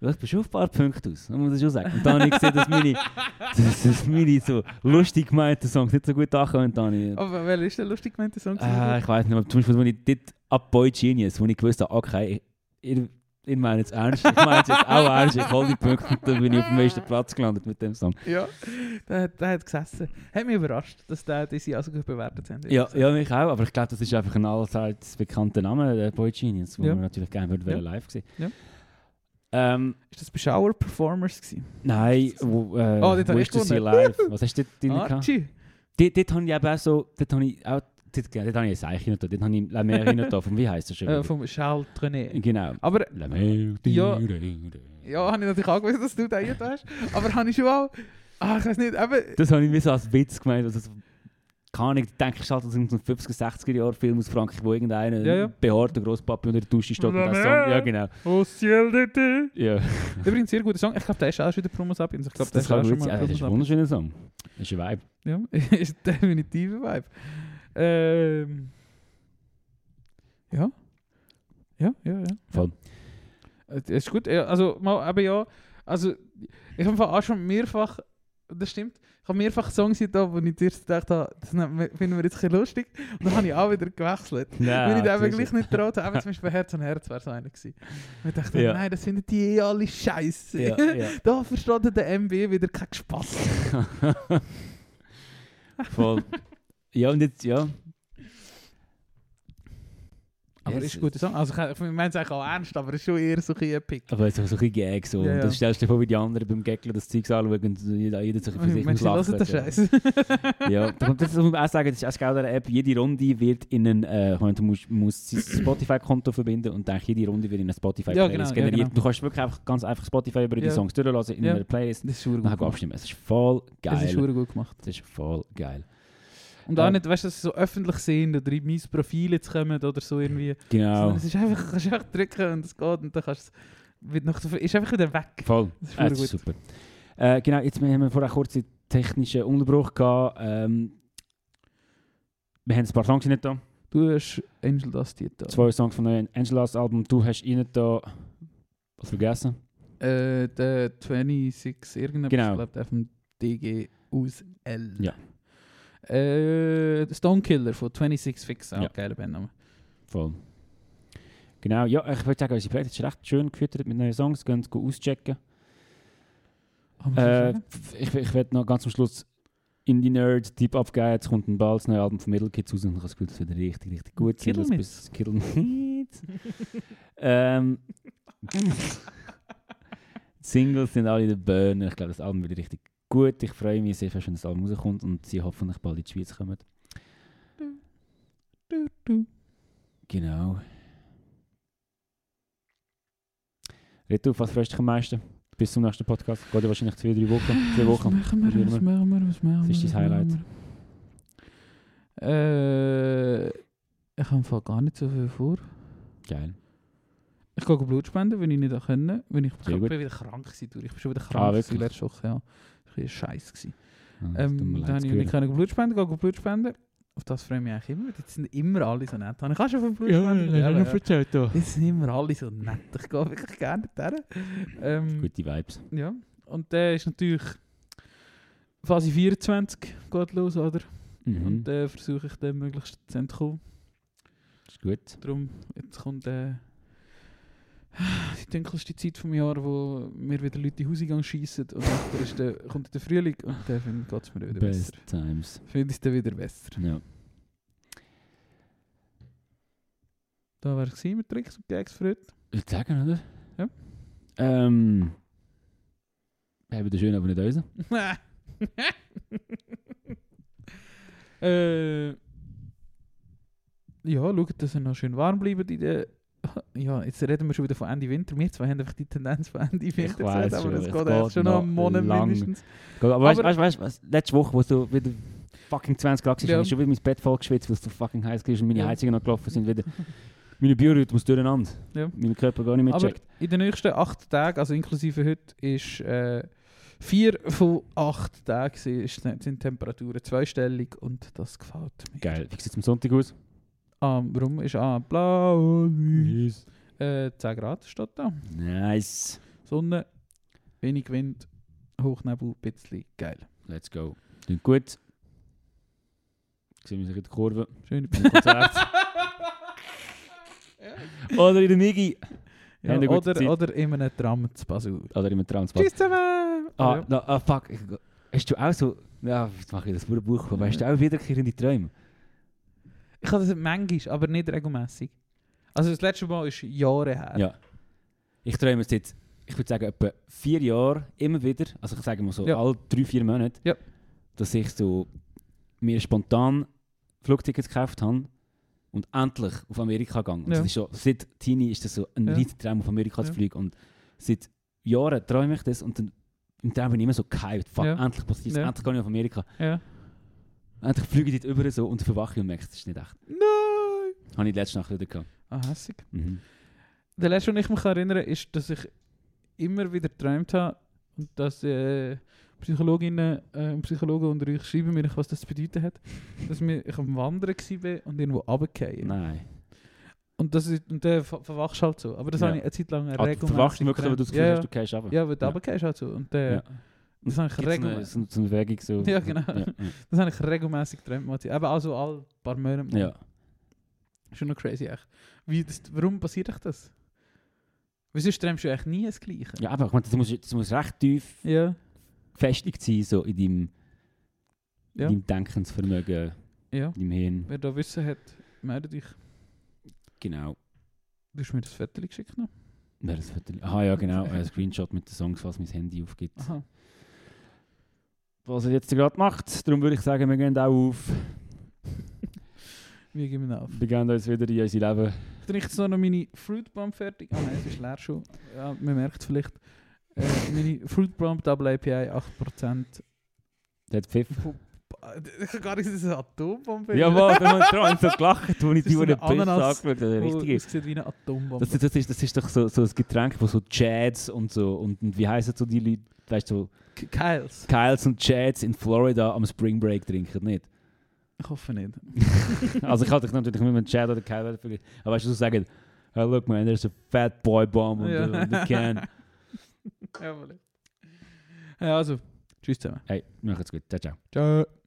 ja, Ich bin schon auf ein paar Punkte aus, das muss ich schon sagen. Und dann habe ich gesehen, dass meine, dass, dass meine so lustig gemeinten Songs nicht so gut ankommen. Und dann habe ich, Aber welcher ist der lustig gemeinte Song? gewesen? äh, ich weiß nicht, aber zum Beispiel, als ich dort ab Boy Genius, wo ich gewusst habe, okay, ihr, ihr meint jetzt ernst, ich meine jetzt auch ernst, ich hole die Punkte und dann bin ich auf dem ersten Platz gelandet mit dem Song. ja, der, hat- der hat gesessen. Hat mich überrascht, dass der diese also gut bewertet haben. Ja, ja, mich auch, aber ich glaube, das ist einfach ein allseits bekannter Name, der Boy Genius, wo Ja. wir natürlich gerne würden, Ja. wollen live sehen. Ja. Ähm, Ist das bei Shower Performers gewesen? nein, wo, äh, Oh, dort wo habe ist ich das hier gewonnen. Ah. live? Was hast du dort drin gehabt? Archie. Dort, dort habe ich eben auch so, dort habe ich auch, dort, genau, dort habe ich ein Zeichen dort, dort habe ich La Mer rein da, von wie heisst das schon? Äh, wieder? vom Charles Trenet. genau. Aber La Mer. Ja. ja, habe ich natürlich auch gewusst, dass du da hier hast. Aber habe ich schon auch. Ah, ich weiß nicht, eben. Das habe ich mir so als Witz gemeint, also so, keine Ahnung, da denke ich halt, das ist so ein 50er, 60er Jahre Film aus Frankreich, wo irgendeiner, Ja, ja. behaarter Grosspapi unter der Dusche steht und La das Song, Mer. ja genau, Oh, Ciel de Te. ja. Übrigens, sehr guter Song. Ich glaube, der ist auch schon der Promo Sapiens. Ich glaube, der das ist auch kann schon gut mal sein. Ja, Das ist Promo ein wunderschöner Song. Das ist ein Vibe. Ja, ist definitiv ein Vibe. Ähm. Ja. Ja, ja, ja. Voll. Äh, Das ist gut. Ja, Also, mal eben ja. Also, ich habe auch schon mehrfach, das stimmt, ich habe mehrfach Songs da, wo ich zuerst gedacht habe, das nehmen wir- finden wir jetzt ein bisschen lustig. Und dann habe ich auch wieder gewechselt. Nein, Weil ich da eben gleich nicht traut habe. Eben zum Beispiel Herz an Herz wäre so einer gewesen. Und ich dachte, Ja. nein, das finden die eh alle scheiße. Ja, ja. Da verstand der MB wieder keinen Spaß. Voll. Ja, und jetzt, ja. Aber es- ist ein guter Song. Also ich, ich meine es eigentlich auch ernst, aber es ist schon eher so ein bisschen ein Pick. Aber es ist auch so ein bisschen Gag so. Ja, Und ja. das stellst du dir vor, wie die anderen beim Gaggeln das Zeug anschauen und jeder, jeder sich für sich muss Menschen hören den lachen. Scheiß. Ja, da kommt- das muss man auch sagen, das ist auch geil an der App. Jede Runde wird in einen, äh, ich meine, du musst, musst sein Spotify-Konto verbinden und dann jede Runde wird in eine Ja, Spotify-Playlist genau, ja, generiert. genau. Du kannst wirklich einfach ganz einfach Spotify über die Ja. Songs durchlassen in Ja. einer Playlist. Das ist super Und dann gut. kannst du abstimmen. gemacht. Es ist voll geil. Es ist super gut gemacht. Das ist voll geil. Und Ja. auch nicht, weißt du, dass sie so öffentlich sind oder in mein Profil jetzt kommen oder so irgendwie. Genau. Sondern es ist einfach, kannst einfach drücken und es geht und dann kannst du es wird noch so viel- ist einfach wieder weg. Voll. Das ist Äh, verdammt das ist super. Äh, genau, jetzt wir haben wir vorher kurz einen technischen Unterbruch gehabt. Ähm, wir haben ein paar Songs nicht da. Du hast Angel Dust hier da. Zwei Songs vom neuen Angelas Album. Du hast ihn da. Was vergessen? Äh, der 26, Genau. irgendetwas, genau. glaubt, auf dem DG aus L. Ja. Äh, Stonekiller von 26 Fix, auch Ja. geiler Bandname. Voll. Genau, ja, ich würde sagen, unsere Playlist ist recht schön gefüttert mit neuen Songs. Geht auschecken. Ah, muss Äh, ich sagen? f- ich ich werde noch ganz am Schluss Indie Nerd Deep abgeben. Jetzt kommt ein bald das neue Album von Middle Kids raus und ich habe das Gefühl, das wird richtig, richtig gut. sein. Kittle Das bis- Kittle Meets. ähm, die Singles sind alle in der Burner. Ich glaube, das Album wird richtig gut. Ich freue mich sehr, fest, wenn das Album rauskommt und sie hoffentlich bald in die Schweiz kommen. Du, du. Genau. Ritu, was freust du dich am meisten? Bis zum nächsten Podcast. Geht ja wahrscheinlich zwei, drei Wochen. Zwei Was Wochen. machen wir, was machen wir, was machen wir? Das ist was dein Highlight. machen wir? Äh, ich habe im Fall gar nicht so viel vor. Geil. Oh, Ich gehe Blut spenden, wenn ich nicht können. Wenn ich, ich Sehr bin gut. wieder krank gewesen. du. Ich bin schon wieder Ah, krank gewesen wirklich? letzte Woche. Ja. Das war scheiße. gewesen. Ah, das tut mir Ähm, leid dann habe zu ich hören. nicht können Blut spenden, gehe Blut spenden. Auf das freue ich mich eigentlich immer. Jetzt sind immer alle so nett. Habe Ich auch schon von Blut spenden. Ja, ja. erzählt doch. Jetzt sind immer alle so nett. Ich gehe wirklich gerne dorthin. Ähm, Gute Vibes. Ja, und der ist natürlich Phase 24 geht los, oder? Mhm. Und äh, versuche ich dann möglichst dezent zu kommen. ist gut. Darum, jetzt kommt äh, die dunkelste Zeit vom Jahr, wo mir wieder Leute in den Hauseingang schiessen und nachher ist der, kommt der Frühling und dann geht es mir wieder Best Mhm. besser. times. Nou, Finde ich es dann wieder besser. Ja. Da wäre es mit Tricks und Gags für heute. Ich würde sagen, oder? Ja. Ähm. Haben den schönen, aber nicht unseren. äh, ja, schaut, dass ihr noch schön warm bleibt in der... Ja, jetzt reden wir schon wieder von Ende Winter. Wir zwei haben einfach die Tendenz von Ende Winter zu weiss reden, aber schon, das es geht geht eigentlich schon noch noch einen Monat lang. mindestens. Aber weißt du, Aber- weißt, weißt, was? Letzte Woche, wo du wieder fucking 20 Grad warst, Ja. habe ich schon wieder mein Bett voll geschwitzt, weil es so fucking heiß war und meine Ja. Heizungen noch gelaufen sind. Wieder. Meine Biorhythmus durcheinander. Ja. Mein Körper gar nicht mehr Aber checkt. in den nächsten acht Tagen, also inklusive heute, ist äh, vier von acht Tagen sind- sind Temperaturen zweistellig und das gefällt mir. Geil. Wie sieht es am Sonntag aus? Ah, warum ist ah, blau? Yes. Äh, 10 Grad steht da. Nice. Sonne, wenig Wind, Hochnebel, ein bisschen geil. Let's go. Klingt gut. Sehen wir uns in der Kurve. Schöne Im Konzert. Oder in der Nigi. ja, Habt eine gute oder, Zeit. oder in einem Tram zu Basel. Oder im Transport. Tschüss zusammen! Ah, Ja. na, ah, fuck. Ich- Hast du auch so. Ja, jetzt mache ich das pure Buch. Aber hast du auch wiederkehrende Träume? Ich habe das manchmal, aber nicht regelmäßig. Also das letzte Mal ist Jahre her. Ja. Ich träume es jetzt, ich würde sagen, etwa vier Jahre immer wieder. Also ich sage mal so, Ja. alle drei, vier Monate. Ja. Dass ich so mir spontan Flugtickets gekauft habe und endlich auf Amerika gegangen. Und Ja. das ist so, seit Teenie ist das so ein Ja. riesen Traum, auf Amerika zu Ja. fliegen. Und seit Jahren träume ich das und dann im Traum bin ich immer so gehypt. Fuck, Ja. endlich passiert es, Ja. endlich gehe ich auf Amerika. Ja. Endlich fliege ich dort über so und verwache ich und merke, das ist nicht echt. Nein! Habe ich letzte Nacht wieder gehabt. Ah, hässig. Mhm. Der letzte, den ich mich erinnere, ist, dass ich immer wieder geträumt habe und dass äh, Psychologinnen äh, und Psychologen unter euch schreiben mir, was das bedeuten hat. dass mir, ich am Wandern war und irgendwo runtergefallen Nein. Und, das ist, und dann ver- verwachst du halt so. Aber das Ja. habe ich eine Zeit lang Ah, du verwachst regelmäßig wirklich, wenn du das geträumt. Gefühl ja, hast, du gehst runter. ja. ja, weil du Ja. runtergehst halt so. Und äh, Ja. das habe ich Gibt's eine- regelmäßig. So, so eine Bewegung so. Ja, genau. Ja, Das habe ich regelmäßig geträumt, Mati. Eben auch so alle paar Monate. ja. mal. ja. Schon noch crazy, echt. Wie, das, warum passiert euch das? Wieso träumst du eigentlich nie das Gleiche? ja aber ich meine, das muss, das muss recht tief Ja. gefestigt sein, so in deinem, Ja. in deinem Denkensvermögen, Ja. in deinem Hirn. Wer da Wissen hat, melde dich. Genau. Du hast mir das Vettel geschickt noch. Wer das Foto- Aha, ja, genau. Ein Screenshot mit den Songs, was mein Handy aufgibt. Aha. Was er jetzt gerade macht, darum würde ich sagen, wir gehen auch auf. Wir geben ihn auf. Wir gehen uns wieder in unser Leben. Dann ich jetzt noch meine Fruit Bomb fertig. Ah nein, es ist leer schon. Ja, man merkt es vielleicht. Äh, meine Fruit Bomb Double API 8%. Der hat Pfiff. Puh, Ich kann gar nicht dass es eine Atombombe. ist. Jawohl, da haben wir so gelacht, als ich Das ist die so Uhr eine angeschaut Ananas, habe. Richtig Oh, Es sieht wie eine Atombombe. Das, das, das, ist, das ist doch so, so ein Getränk, wo so Chads und so, und, und wie heißen so die Leute, weißt du, so K- Kyles. Kyles und Chads in Florida am Spring Break trinken, nicht? Ich hoffe nicht. also ich hatte natürlich mit einem Chad oder Kyle oder vielleicht, aber weißt du, so sagen, hey look man, there's a fat boy bomb on the, on the can. Jawohl. Ja, also. Tschüss zusammen. Hey, macht's gut, ciao, ciao. Ciao.